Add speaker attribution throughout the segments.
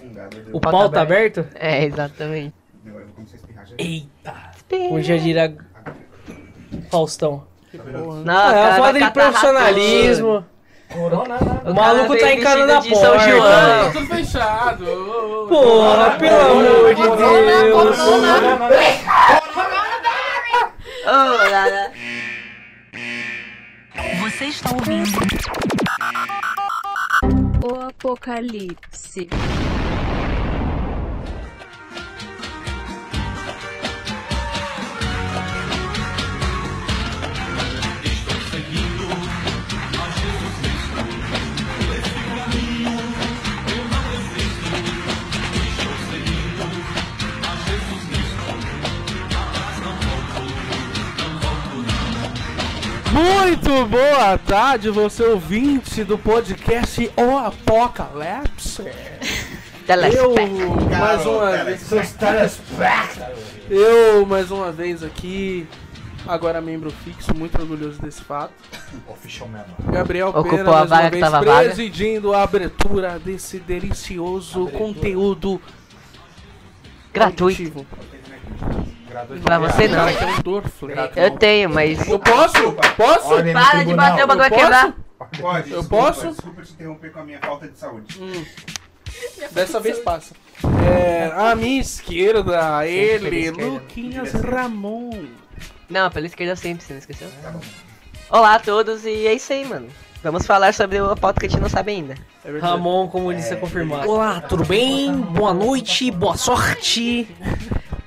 Speaker 1: pingada.
Speaker 2: O pau tá aberto?
Speaker 3: É, exatamente.
Speaker 1: Deu, eu comecei a espirrar já.
Speaker 2: Eita! Hoje a gira Faustão.
Speaker 3: Não,
Speaker 2: é uma
Speaker 3: Ah, cara,
Speaker 2: falta de
Speaker 3: catarrata.
Speaker 2: profissionalismo.
Speaker 4: Corona, né?
Speaker 2: O
Speaker 4: nada.
Speaker 2: maluco
Speaker 3: cara
Speaker 2: tá
Speaker 3: veio
Speaker 2: encarando a
Speaker 3: vestido de São
Speaker 2: porta.
Speaker 5: Ah,
Speaker 3: João.
Speaker 6: Tudo fechado. ô, ô, ô.
Speaker 2: Porra, pelo amor de Deus.
Speaker 4: Corona,
Speaker 3: Ô, nada.
Speaker 7: Você está ouvindo
Speaker 8: O Apocalipse.
Speaker 5: Muito boa tarde, você ouvinte do podcast O Apocalipse. Eu mais
Speaker 1: um
Speaker 5: uma vez, seus telespectadores. Eu mais uma vez aqui, agora membro fixo, muito orgulhoso desse fato.
Speaker 4: Official mesmo.
Speaker 5: Gabriel
Speaker 3: Ocupou
Speaker 5: Pena,
Speaker 3: a
Speaker 5: mais
Speaker 3: vaga
Speaker 5: uma
Speaker 3: que
Speaker 5: vez,
Speaker 3: tava vaga.
Speaker 5: presidindo a abertura desse delicioso conteúdo
Speaker 3: Gratuito.
Speaker 5: auditivo.
Speaker 3: Pra você não.
Speaker 5: Cara, que é um Dorflex.
Speaker 3: Eu tenho, mas.
Speaker 5: Eu posso? Posso?
Speaker 4: Ordem no
Speaker 3: Para de
Speaker 4: tribunal.
Speaker 3: bater, o bagulho vai
Speaker 5: Eu posso?
Speaker 3: quebrar.
Speaker 1: Pode,
Speaker 5: Eu
Speaker 1: desculpa,
Speaker 5: posso?
Speaker 1: Desculpa te interromper com a minha falta de saúde.
Speaker 5: Dessa vez passa. É, à minha esquerda, ele,
Speaker 3: esquerda.
Speaker 5: Luquinhas Ramon.
Speaker 3: Não, pela esquerda sempre, você não esqueceu? Olá a todos e é isso aí, mano. Vamos falar sobre o pauta que a gente não sabe ainda.
Speaker 5: É verdade.
Speaker 2: Ramon, comunista confirmado. Olá, tudo bem? Boa noite, boa sorte.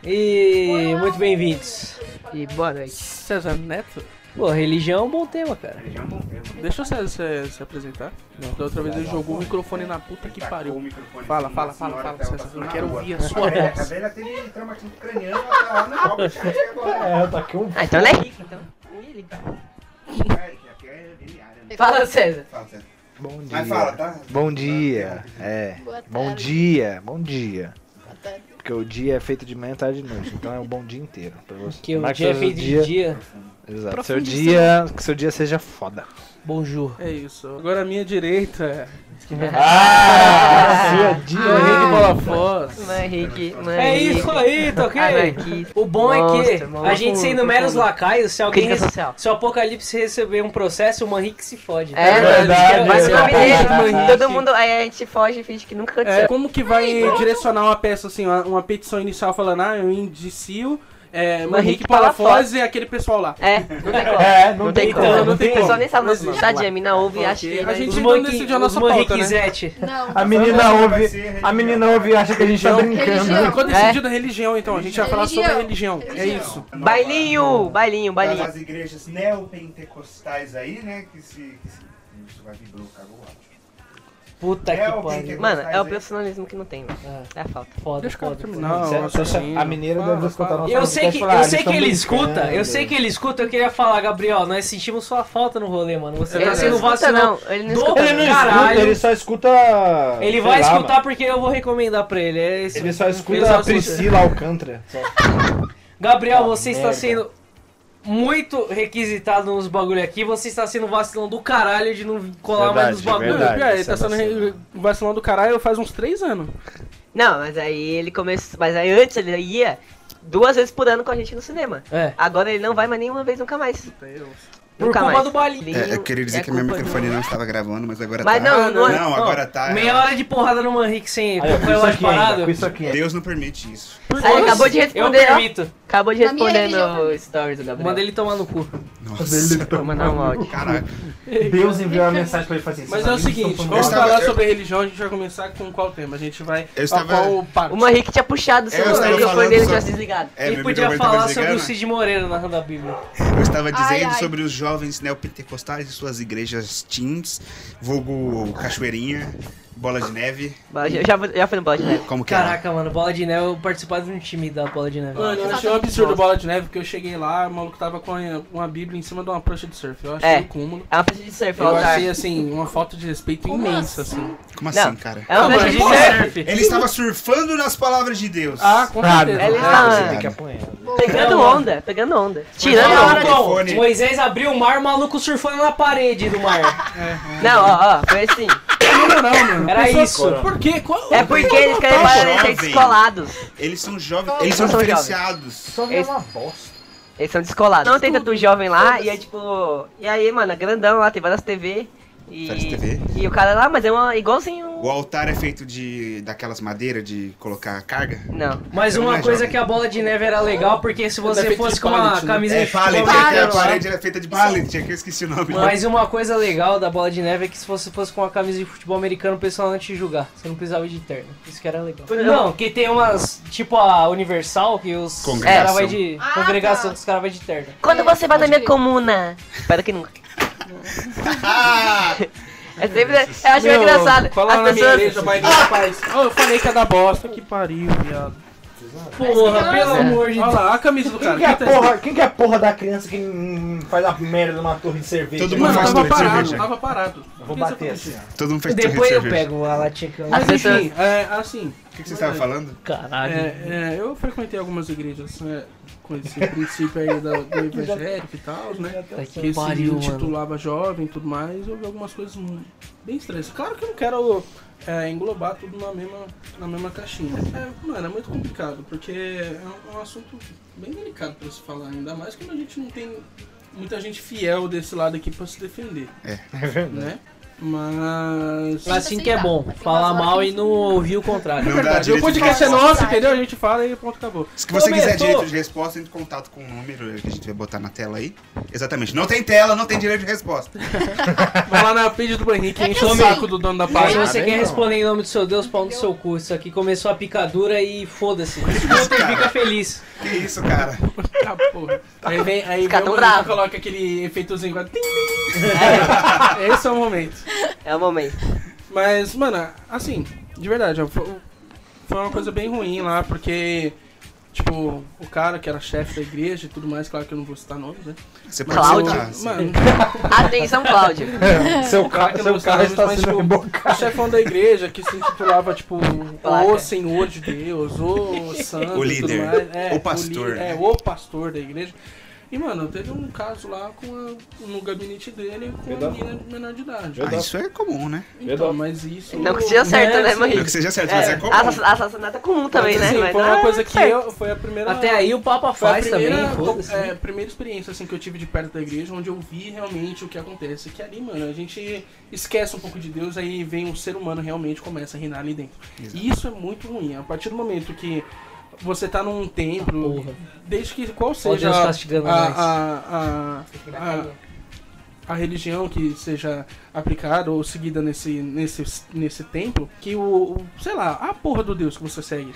Speaker 2: E muito bem-vindos.
Speaker 3: E boa noite.
Speaker 5: César Neto?
Speaker 2: Pô, religião é um bom tema, cara.
Speaker 1: Já é um bom tempo.
Speaker 5: Deixa o César se, se apresentar. Da outra vez ele jogou o microfone na puta que
Speaker 1: Tacou Tá o
Speaker 5: pariu.
Speaker 1: microfone
Speaker 5: Fala,
Speaker 1: assim,
Speaker 5: fala,
Speaker 1: uma
Speaker 5: fala,
Speaker 1: senhora
Speaker 5: fala,
Speaker 1: tava
Speaker 5: César.
Speaker 1: passando
Speaker 5: Eu
Speaker 1: na
Speaker 5: quero
Speaker 1: rua.
Speaker 5: ouvir a
Speaker 1: A
Speaker 5: sua
Speaker 1: velha- a
Speaker 5: voz.
Speaker 1: velha teve um traumatismo craniano, ela tá lá na Europa, já até agora.
Speaker 4: É, eu tá aqui um.
Speaker 3: Ah, então ele é rico, então. Ele-
Speaker 1: É, que aqui é biliária, né?
Speaker 3: então. Fala, César.
Speaker 1: Fala,
Speaker 5: É.
Speaker 1: César.
Speaker 4: Bom dia.
Speaker 1: Mas fala, tá?
Speaker 4: Bom dia. É.
Speaker 9: Boa tarde.
Speaker 4: Bom dia. Bom dia.
Speaker 9: Boa tarde.
Speaker 4: Porque o dia é feito de manhã, tarde e noite. Então é um bom dia inteiro pra você.
Speaker 2: Que o
Speaker 4: Marque
Speaker 2: dia é
Speaker 4: seu
Speaker 2: feito de dia. né?
Speaker 4: Exato. Seu dia, que seu dia seja foda.
Speaker 2: Bonjour.
Speaker 5: É isso. É. Agora a minha direita.
Speaker 4: Ah, seu dia.
Speaker 5: Henrique Palafoz.
Speaker 3: Manrique, Manrique.
Speaker 2: É isso aí, tá ok?
Speaker 3: Anarquista.
Speaker 2: O bom é que
Speaker 3: Monstro, maluco,
Speaker 2: a gente sem
Speaker 3: maluco,
Speaker 2: inumera os
Speaker 3: maluco.
Speaker 2: lacaios, se alguém. é
Speaker 3: Crítica social.
Speaker 2: Se o Apocalipse receber um processo, o Manrique se fode.
Speaker 3: É,
Speaker 4: É verdade,
Speaker 3: mano, mas o nome
Speaker 4: é
Speaker 3: dele,
Speaker 4: verdade.
Speaker 3: mano, todo mundo, aí a gente foge e finge que nunca
Speaker 5: É,
Speaker 3: aconteceu.
Speaker 5: como que vai direcionar uma peça assim, uma, uma petição inicial falando, ah, eu indicio é, Henrique
Speaker 3: Henrique
Speaker 5: Palafoz
Speaker 3: Palafoz.
Speaker 5: e aquele pessoal lá.
Speaker 3: É, não tem como.
Speaker 4: É, não,
Speaker 3: Não
Speaker 4: tem
Speaker 3: tem como.
Speaker 5: não
Speaker 3: Então, Não
Speaker 5: tem
Speaker 3: tem
Speaker 5: como.
Speaker 3: Só nem sabe
Speaker 5: Não
Speaker 3: o
Speaker 5: existe.
Speaker 3: nome. Tadinha, a mina ouve e acha
Speaker 5: Ok,
Speaker 3: que...
Speaker 5: a
Speaker 3: vai-
Speaker 5: gente
Speaker 2: Os
Speaker 5: não decidiu a
Speaker 2: Manrique- os
Speaker 5: nossa pauta, né?
Speaker 2: Manriquezete.
Speaker 9: Não,
Speaker 4: A menina
Speaker 1: Vai
Speaker 4: ouve,
Speaker 1: ser
Speaker 4: a menina ouve e acha que a gente tá
Speaker 5: Então,
Speaker 4: brincando.
Speaker 9: religião.
Speaker 5: Ficou
Speaker 2: É.
Speaker 5: decidido a religião, então. A gente vai falar sobre a
Speaker 9: Religião.
Speaker 5: religião. É
Speaker 9: Religião.
Speaker 5: isso.
Speaker 1: Nova-
Speaker 3: Bailinho, bailinho,
Speaker 1: das,
Speaker 3: bailinho.
Speaker 1: as igrejas neopentecostais aí, né? Que se. Que se isso vai vibrou, cagou o áudio.
Speaker 2: Puta
Speaker 1: É,
Speaker 2: que
Speaker 1: o
Speaker 2: pariu.
Speaker 1: Pinterest.
Speaker 3: Mano, é o
Speaker 1: Aí.
Speaker 3: profissionalismo que não tem, mano. É a falta.
Speaker 2: Foda,
Speaker 5: Deixa o cara
Speaker 2: foda,
Speaker 5: terminar.
Speaker 2: foda.
Speaker 5: Não,
Speaker 4: Se- se- se- a
Speaker 5: assim,
Speaker 4: menina
Speaker 5: fala,
Speaker 4: deve escutar
Speaker 5: fala.
Speaker 4: nosso
Speaker 2: Eu sei
Speaker 4: podcast
Speaker 2: que,
Speaker 4: e falar,
Speaker 2: eu
Speaker 4: "Ah,
Speaker 2: sei que
Speaker 4: eles
Speaker 2: ele
Speaker 4: tão brincando".
Speaker 2: escuta, eu sei que ele escuta, eu queria falar, Gabriel, nós sentimos sua falta no rolê, mano. Você
Speaker 3: Ele
Speaker 2: tá
Speaker 3: não
Speaker 2: sendo
Speaker 3: escuta,
Speaker 2: vacilão.
Speaker 3: não. Ele não
Speaker 2: Do-
Speaker 3: escuta,
Speaker 4: Ele não
Speaker 2: Caralho.
Speaker 4: escuta, ele só escuta.
Speaker 2: Ele
Speaker 4: sei
Speaker 2: vai
Speaker 4: lá,
Speaker 2: escutar
Speaker 4: mano.
Speaker 2: porque eu vou recomendar pra ele. É isso.
Speaker 4: Ele só
Speaker 2: Ele só
Speaker 4: escuta a Priscila Alcântara. Só.
Speaker 2: Gabriel,
Speaker 4: Ah,
Speaker 2: você está
Speaker 4: merda.
Speaker 2: sendo muito requisitado nos bagulho aqui, você está sendo vacilão do caralho de não colar mais
Speaker 4: Verdade,
Speaker 2: nos bagulho.
Speaker 4: verdade.
Speaker 5: Não, ele
Speaker 4: isso
Speaker 5: tá
Speaker 4: é
Speaker 5: sendo re-
Speaker 4: vacilo.
Speaker 5: vacilão do caralho faz uns três anos.
Speaker 3: Não, mas aí ele começou. Mas aí antes ele ia duas vezes por ano com a gente no cinema.
Speaker 2: É.
Speaker 3: Agora ele não vai mais nenhuma vez, nunca mais.
Speaker 2: Por
Speaker 3: nunca
Speaker 2: culpa
Speaker 3: mais.
Speaker 2: do balinho.
Speaker 1: É, eu queria dizer
Speaker 3: É
Speaker 1: que meu
Speaker 3: culpa
Speaker 1: microfone não estava gravando, mas agora
Speaker 3: Mas
Speaker 1: tá.
Speaker 3: não, não é-
Speaker 1: não, agora tá.
Speaker 2: Meia hora de porrada no Manrique sem
Speaker 4: Aí, ó, com
Speaker 2: foi
Speaker 4: isso
Speaker 2: lá
Speaker 4: aqui ainda,
Speaker 2: parado.
Speaker 4: com isso aqui ainda.
Speaker 1: Deus não permite isso.
Speaker 3: do- Aí, acabou de
Speaker 2: Eu
Speaker 3: responder, ó.
Speaker 2: permito.
Speaker 3: Acabou de
Speaker 9: Na minha
Speaker 3: responder
Speaker 9: religião
Speaker 3: no stories do Gabriel.
Speaker 2: Manda ele tomar no cu.
Speaker 1: Nossa,
Speaker 3: Vou mandar um áudio.
Speaker 1: caraca.
Speaker 4: Deus enviou uma mensagem pra ele e falou assim:
Speaker 5: Mas é o
Speaker 4: "Seus amigos
Speaker 5: seguinte,
Speaker 4: estão
Speaker 5: vamos
Speaker 4: falando-
Speaker 1: estava-
Speaker 5: falar
Speaker 1: eu-
Speaker 5: sobre religião, a gente vai começar com qual tema? A gente vai.
Speaker 1: Eu estava-
Speaker 5: a qual parte?
Speaker 3: O Manrique tinha puxado o
Speaker 1: É, eu
Speaker 3: seu
Speaker 1: estava
Speaker 3: o microfone
Speaker 1: falando
Speaker 3: dele
Speaker 1: só-
Speaker 3: tinha se desligado.
Speaker 1: É,
Speaker 2: ele
Speaker 1: meu
Speaker 2: podia
Speaker 1: microfone tava
Speaker 2: falar sobre
Speaker 1: desligando.
Speaker 2: o Cid Moreira narrando a Bíblia.
Speaker 1: Eu estava dizendo
Speaker 9: Ai, ai.
Speaker 1: sobre os jovens neopentecostais e suas igrejas teens, vulgo cachoeirinha, bola de neve,
Speaker 3: Mas Eu já, vou- já fui no bot, né?
Speaker 1: como que é? era?
Speaker 2: Caraca, mano, Bola de Neve, eu participava de um time da Bola de Neve.
Speaker 5: Mano, eu achei um absurdo bola de neve, porque eu cheguei lá, o maluco tava com a- uma bíblia em cima de uma prancha de surf. Eu achei
Speaker 3: É.
Speaker 5: um cúmulo.
Speaker 3: É uma prancha de surf, o
Speaker 5: Eu
Speaker 3: altar.
Speaker 5: achei, assim, uma falta de respeito
Speaker 9: Como
Speaker 5: imensa, assim.
Speaker 1: Como assim,
Speaker 3: Não.
Speaker 1: cara?
Speaker 3: É
Speaker 2: Não,
Speaker 3: uma prancha
Speaker 2: mas
Speaker 3: de
Speaker 2: ele
Speaker 3: surf.
Speaker 2: surf.
Speaker 1: Ele estava surfando nas palavras de Deus.
Speaker 5: Ah, com certeza.
Speaker 3: Ele
Speaker 5: Ah,
Speaker 3: tá-
Speaker 4: Você tem que apanhar.
Speaker 3: Pegando
Speaker 2: mano.
Speaker 3: onda, pegando onda.
Speaker 2: Olha lá,
Speaker 3: Tirando onda.
Speaker 2: Marcão,
Speaker 1: telefone.
Speaker 2: Moisés abriu o mar, o maluco surfando na parede do mar.
Speaker 3: Não, ó, ó, foi assim.
Speaker 5: Não, não, mano.
Speaker 2: Era
Speaker 5: Pessoa-
Speaker 2: isso.
Speaker 5: Por quê? Qual-
Speaker 3: É porque eles querem
Speaker 1: Jovem.
Speaker 3: parecer descolados.
Speaker 1: Eles são jovens, eles são
Speaker 3: Eles são
Speaker 1: diferenciados.
Speaker 10: Só
Speaker 3: vê
Speaker 10: uma bosta.
Speaker 3: Eles são descolados. Não tem tanto jovem lá e é tipo. E aí, mano, é grandão lá, tem várias TV. E,
Speaker 1: Várias TV.
Speaker 3: e o cara lá, mas é uma, igualzinho.
Speaker 1: O altar é feito de daquelas madeiras de colocar carga.
Speaker 3: Não.
Speaker 2: Mas
Speaker 1: Não
Speaker 2: uma
Speaker 1: é
Speaker 2: coisa
Speaker 1: jovem.
Speaker 2: que a bola de neve era legal, porque se
Speaker 11: é
Speaker 2: você
Speaker 11: feito
Speaker 2: fosse
Speaker 11: de
Speaker 2: com uma
Speaker 11: pallet, né?
Speaker 2: camisa
Speaker 1: É
Speaker 2: de
Speaker 1: pallet,
Speaker 2: futebol-
Speaker 1: é que a parede era feita de pallet, é que eu esqueci o nome.
Speaker 2: tipo assim, Mas uma coisa legal da bola de neve é que se você fosse com uma camisa de futebol americano, o pessoal não te julgar. Você não precisava de terno. Isso que era legal. Não, que tem umas, tipo a Universal, que os
Speaker 1: Congregação.
Speaker 2: caras
Speaker 1: Ah, tá.
Speaker 2: vai de. congregação, que os caras vai de terno.
Speaker 3: Quando você vai na minha comuna. Espero é que nunca.
Speaker 1: Ah!
Speaker 3: É sempre. Eu acho
Speaker 5: Meu,
Speaker 3: engraçado.
Speaker 5: Fala na
Speaker 3: As
Speaker 5: minha
Speaker 3: pessoas.
Speaker 5: igreja, pai do meu pai. Ô, eu falei que é da bosta, que pariu, viado.
Speaker 2: Porra,
Speaker 1: É,
Speaker 2: pelo amor de
Speaker 5: Olha
Speaker 2: Deus.
Speaker 5: lá, a camisa do
Speaker 4: Quem
Speaker 5: cara.
Speaker 4: que, é a
Speaker 5: Quem tá-
Speaker 4: porra, quem que é a porra da criança que hum, faz a merda numa torre de cerveja?
Speaker 1: Todo mundo
Speaker 5: Mano,
Speaker 4: Mano,
Speaker 1: faz
Speaker 5: tava
Speaker 1: torre de
Speaker 5: parado,
Speaker 1: cerveja.
Speaker 11: Tava parado.
Speaker 4: eu vou bater assim. ó.
Speaker 1: Todo mundo fez torre de
Speaker 2: Depois eu
Speaker 1: cerveja.
Speaker 2: pego a latinha que eu
Speaker 3: As
Speaker 5: tá Mas
Speaker 3: pessoas-
Speaker 5: enfim, é, assim,
Speaker 1: O que, que vocês estavam falando?
Speaker 2: Ah, Caralho.
Speaker 5: é, é, eu frequentei algumas igrejas é, com esse princípio aí da, do evangélico e tal, né?
Speaker 2: Puta
Speaker 5: Que
Speaker 2: que
Speaker 5: esse
Speaker 2: pariu, mano.
Speaker 5: intitulava jovem e tudo mais, eu vi algumas coisas hum, bem estranhas. Claro que eu não quero é, englobar tudo na mesma, na mesma caixinha. É, mano, é muito complicado, porque é um, é um assunto bem delicado pra se falar, ainda mais quando a gente não tem muita gente fiel desse lado aqui pra se defender,
Speaker 4: É
Speaker 2: Hum.
Speaker 4: verdade.
Speaker 5: né? Mas.
Speaker 2: Mas assim que é bom, falar mal e não ouvir o contrário.
Speaker 1: Não
Speaker 5: É
Speaker 1: dá
Speaker 5: verdade, o
Speaker 1: direito de
Speaker 5: podcast é
Speaker 1: resposta.
Speaker 5: nosso, entendeu? A gente fala e ponto acabou.
Speaker 1: Se que você quiser
Speaker 5: Começou.
Speaker 1: direito de resposta, entre em contato com o número que a gente vai botar na tela aí. Exatamente. Não tem tela, não tem direito de resposta.
Speaker 5: Vai lá na page do Henrique, enche o
Speaker 8: assim,
Speaker 5: saco do dono da
Speaker 2: Mas se
Speaker 5: página.
Speaker 2: é
Speaker 1: é
Speaker 2: você quer responder em nome do seu Deus, pau no seu cu. Isso aqui começou a picadura e foda-se. Escuta e fica feliz.
Speaker 1: Que isso, cara?
Speaker 5: Ah, porra. Aí vem, aí
Speaker 3: Fica
Speaker 5: vem
Speaker 3: tão
Speaker 5: o
Speaker 3: bravo.
Speaker 5: Henrique coloca aquele efeitozinho. com a tim, tim. Esse é o momento.
Speaker 3: É o momento.
Speaker 5: Mas, mano, assim, de verdade, foi, foi uma coisa bem ruim lá, porque, tipo, o cara que era chefe da igreja e tudo mais, claro que eu não vou citar nomes, né?
Speaker 1: Você
Speaker 5: Mas
Speaker 1: pode
Speaker 3: Cláudio.
Speaker 1: soltar.
Speaker 5: eu-
Speaker 1: assim.
Speaker 5: Mano,
Speaker 3: Atenção, Cláudio.
Speaker 4: Seu,
Speaker 5: Claro
Speaker 4: ca
Speaker 5: que
Speaker 4: seu
Speaker 5: não,
Speaker 4: carro
Speaker 5: mas,
Speaker 4: está
Speaker 5: mas,
Speaker 4: sendo
Speaker 5: tipo,
Speaker 4: rebocado.
Speaker 5: o chefão da igreja que se intitulava, tipo,
Speaker 3: Placa.
Speaker 5: o Senhor de Deus, o santo
Speaker 1: O
Speaker 5: e tudo
Speaker 1: líder,
Speaker 5: mais. É,
Speaker 1: o pastor,
Speaker 5: li- é,
Speaker 1: né?
Speaker 5: o pastor da igreja. E, mano, teve um caso lá com a- no gabinete dele com uma
Speaker 4: Pedófilo.
Speaker 5: menina de menor de idade.
Speaker 1: Ah, isso é comum, né?
Speaker 5: Então, mas isso...
Speaker 3: Não que seja certo, né, mãe?
Speaker 1: Não que seja certo, mas é
Speaker 3: É,
Speaker 1: comum.
Speaker 3: assa- assassinato é comum também,
Speaker 5: Mas,
Speaker 3: né?
Speaker 5: assim,
Speaker 3: Mas
Speaker 5: foi
Speaker 3: não
Speaker 5: uma
Speaker 3: é
Speaker 5: coisa que
Speaker 3: certo.
Speaker 5: eu... Foi a primeira...
Speaker 2: Até aí o Papa
Speaker 5: Foi a
Speaker 2: faz
Speaker 5: primeira,
Speaker 2: também, foda-se. né?
Speaker 5: é, primeira experiência assim, que eu tive de perto da igreja, onde eu vi realmente o que acontece. Que ali, mano, a gente esquece um pouco de Deus, aí vem um ser humano realmente começa a reinar ali dentro. E isso é muito ruim. A partir do momento que você tá num templo,
Speaker 2: Porra.
Speaker 5: desde que qual
Speaker 2: Ó
Speaker 5: seja
Speaker 2: Deus tá
Speaker 5: a,
Speaker 2: castigando
Speaker 5: a,
Speaker 2: nós.
Speaker 5: a, a, a, a religião que seja aplicada ou seguida nesse, nesse, nesse templo, que o, o- sei lá, a porra do Deus que você segue.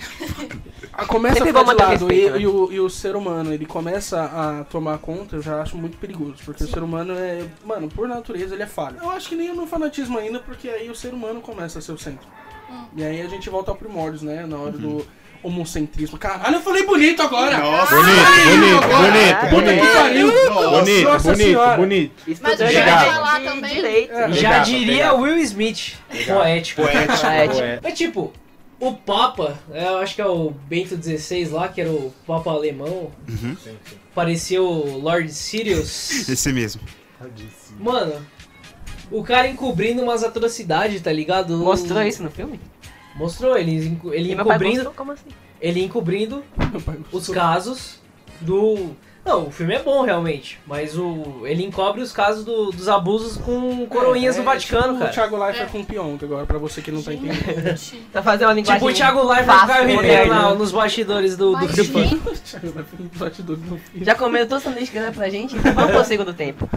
Speaker 5: a- Ah, Começa a
Speaker 3: Sempre
Speaker 5: ficar
Speaker 3: vou
Speaker 5: de
Speaker 3: manter
Speaker 5: lado
Speaker 3: respeito,
Speaker 5: e,
Speaker 3: né?
Speaker 5: e o, e o ser humano, ele começa a tomar conta, eu já acho muito perigoso, porque o ser humano é, mano, por natureza ele é falho. Eu acho que nem no fanatismo ainda, porque aí o ser humano começa a ser o centro. E aí a gente volta ao primórdios, né, na hora
Speaker 3: Uhum.
Speaker 5: do homocentrismo. Caralho, eu falei bonito agora!
Speaker 1: Nossa,
Speaker 8: bonito,
Speaker 3: bonito,
Speaker 5: bonito.
Speaker 8: Bonito,
Speaker 5: Nossa
Speaker 8: bonito,
Speaker 5: senhora.
Speaker 8: bonito.
Speaker 3: Estudante
Speaker 8: Mas eu já ia
Speaker 3: de
Speaker 8: falar também.
Speaker 3: direito.
Speaker 2: Já
Speaker 8: Obrigado,
Speaker 2: diria
Speaker 8: obrigado.
Speaker 2: Will Smith, poético.
Speaker 1: poético.
Speaker 3: Ah, é, tipo,
Speaker 8: Ué,
Speaker 2: Mas tipo, o Papa, é, eu acho que é o Bento XVI lá, que era o Papa alemão,
Speaker 8: Uhum.
Speaker 2: parecia o Lord Sirius.
Speaker 1: Esse mesmo.
Speaker 2: Mano, o cara encobrindo umas atrocidades, tá ligado?
Speaker 3: Mostrou isso no filme?
Speaker 2: Mostrou, ele, enco- ele
Speaker 3: E meu pai
Speaker 2: encobrindo,
Speaker 3: mostrou? Como assim?
Speaker 2: ele encobrindo
Speaker 5: Meu pai, eu
Speaker 2: os
Speaker 5: sou-
Speaker 2: casos do. Não, o filme é bom realmente, mas o ele encobre os casos do- dos abusos com coroinhas
Speaker 5: É,
Speaker 2: no Vaticano,
Speaker 5: tipo O
Speaker 2: cara.
Speaker 5: Thiago Leifert com pionca agora, pra você que não tá entendendo.
Speaker 8: Gente,
Speaker 3: Pra fazer Tá uma linguagem.
Speaker 2: Tipo o Thiago Leifert
Speaker 3: fácil,
Speaker 2: e o Caio Ribeiro
Speaker 3: moderna.
Speaker 2: lá nos bastidores do, do
Speaker 8: mas
Speaker 2: filme.
Speaker 8: gente,
Speaker 5: O Thiago Leifert é um com batidor no filho.
Speaker 3: Já comeu todo o sanduíche que deram pra gente? Então Vamos pro segundo tempo.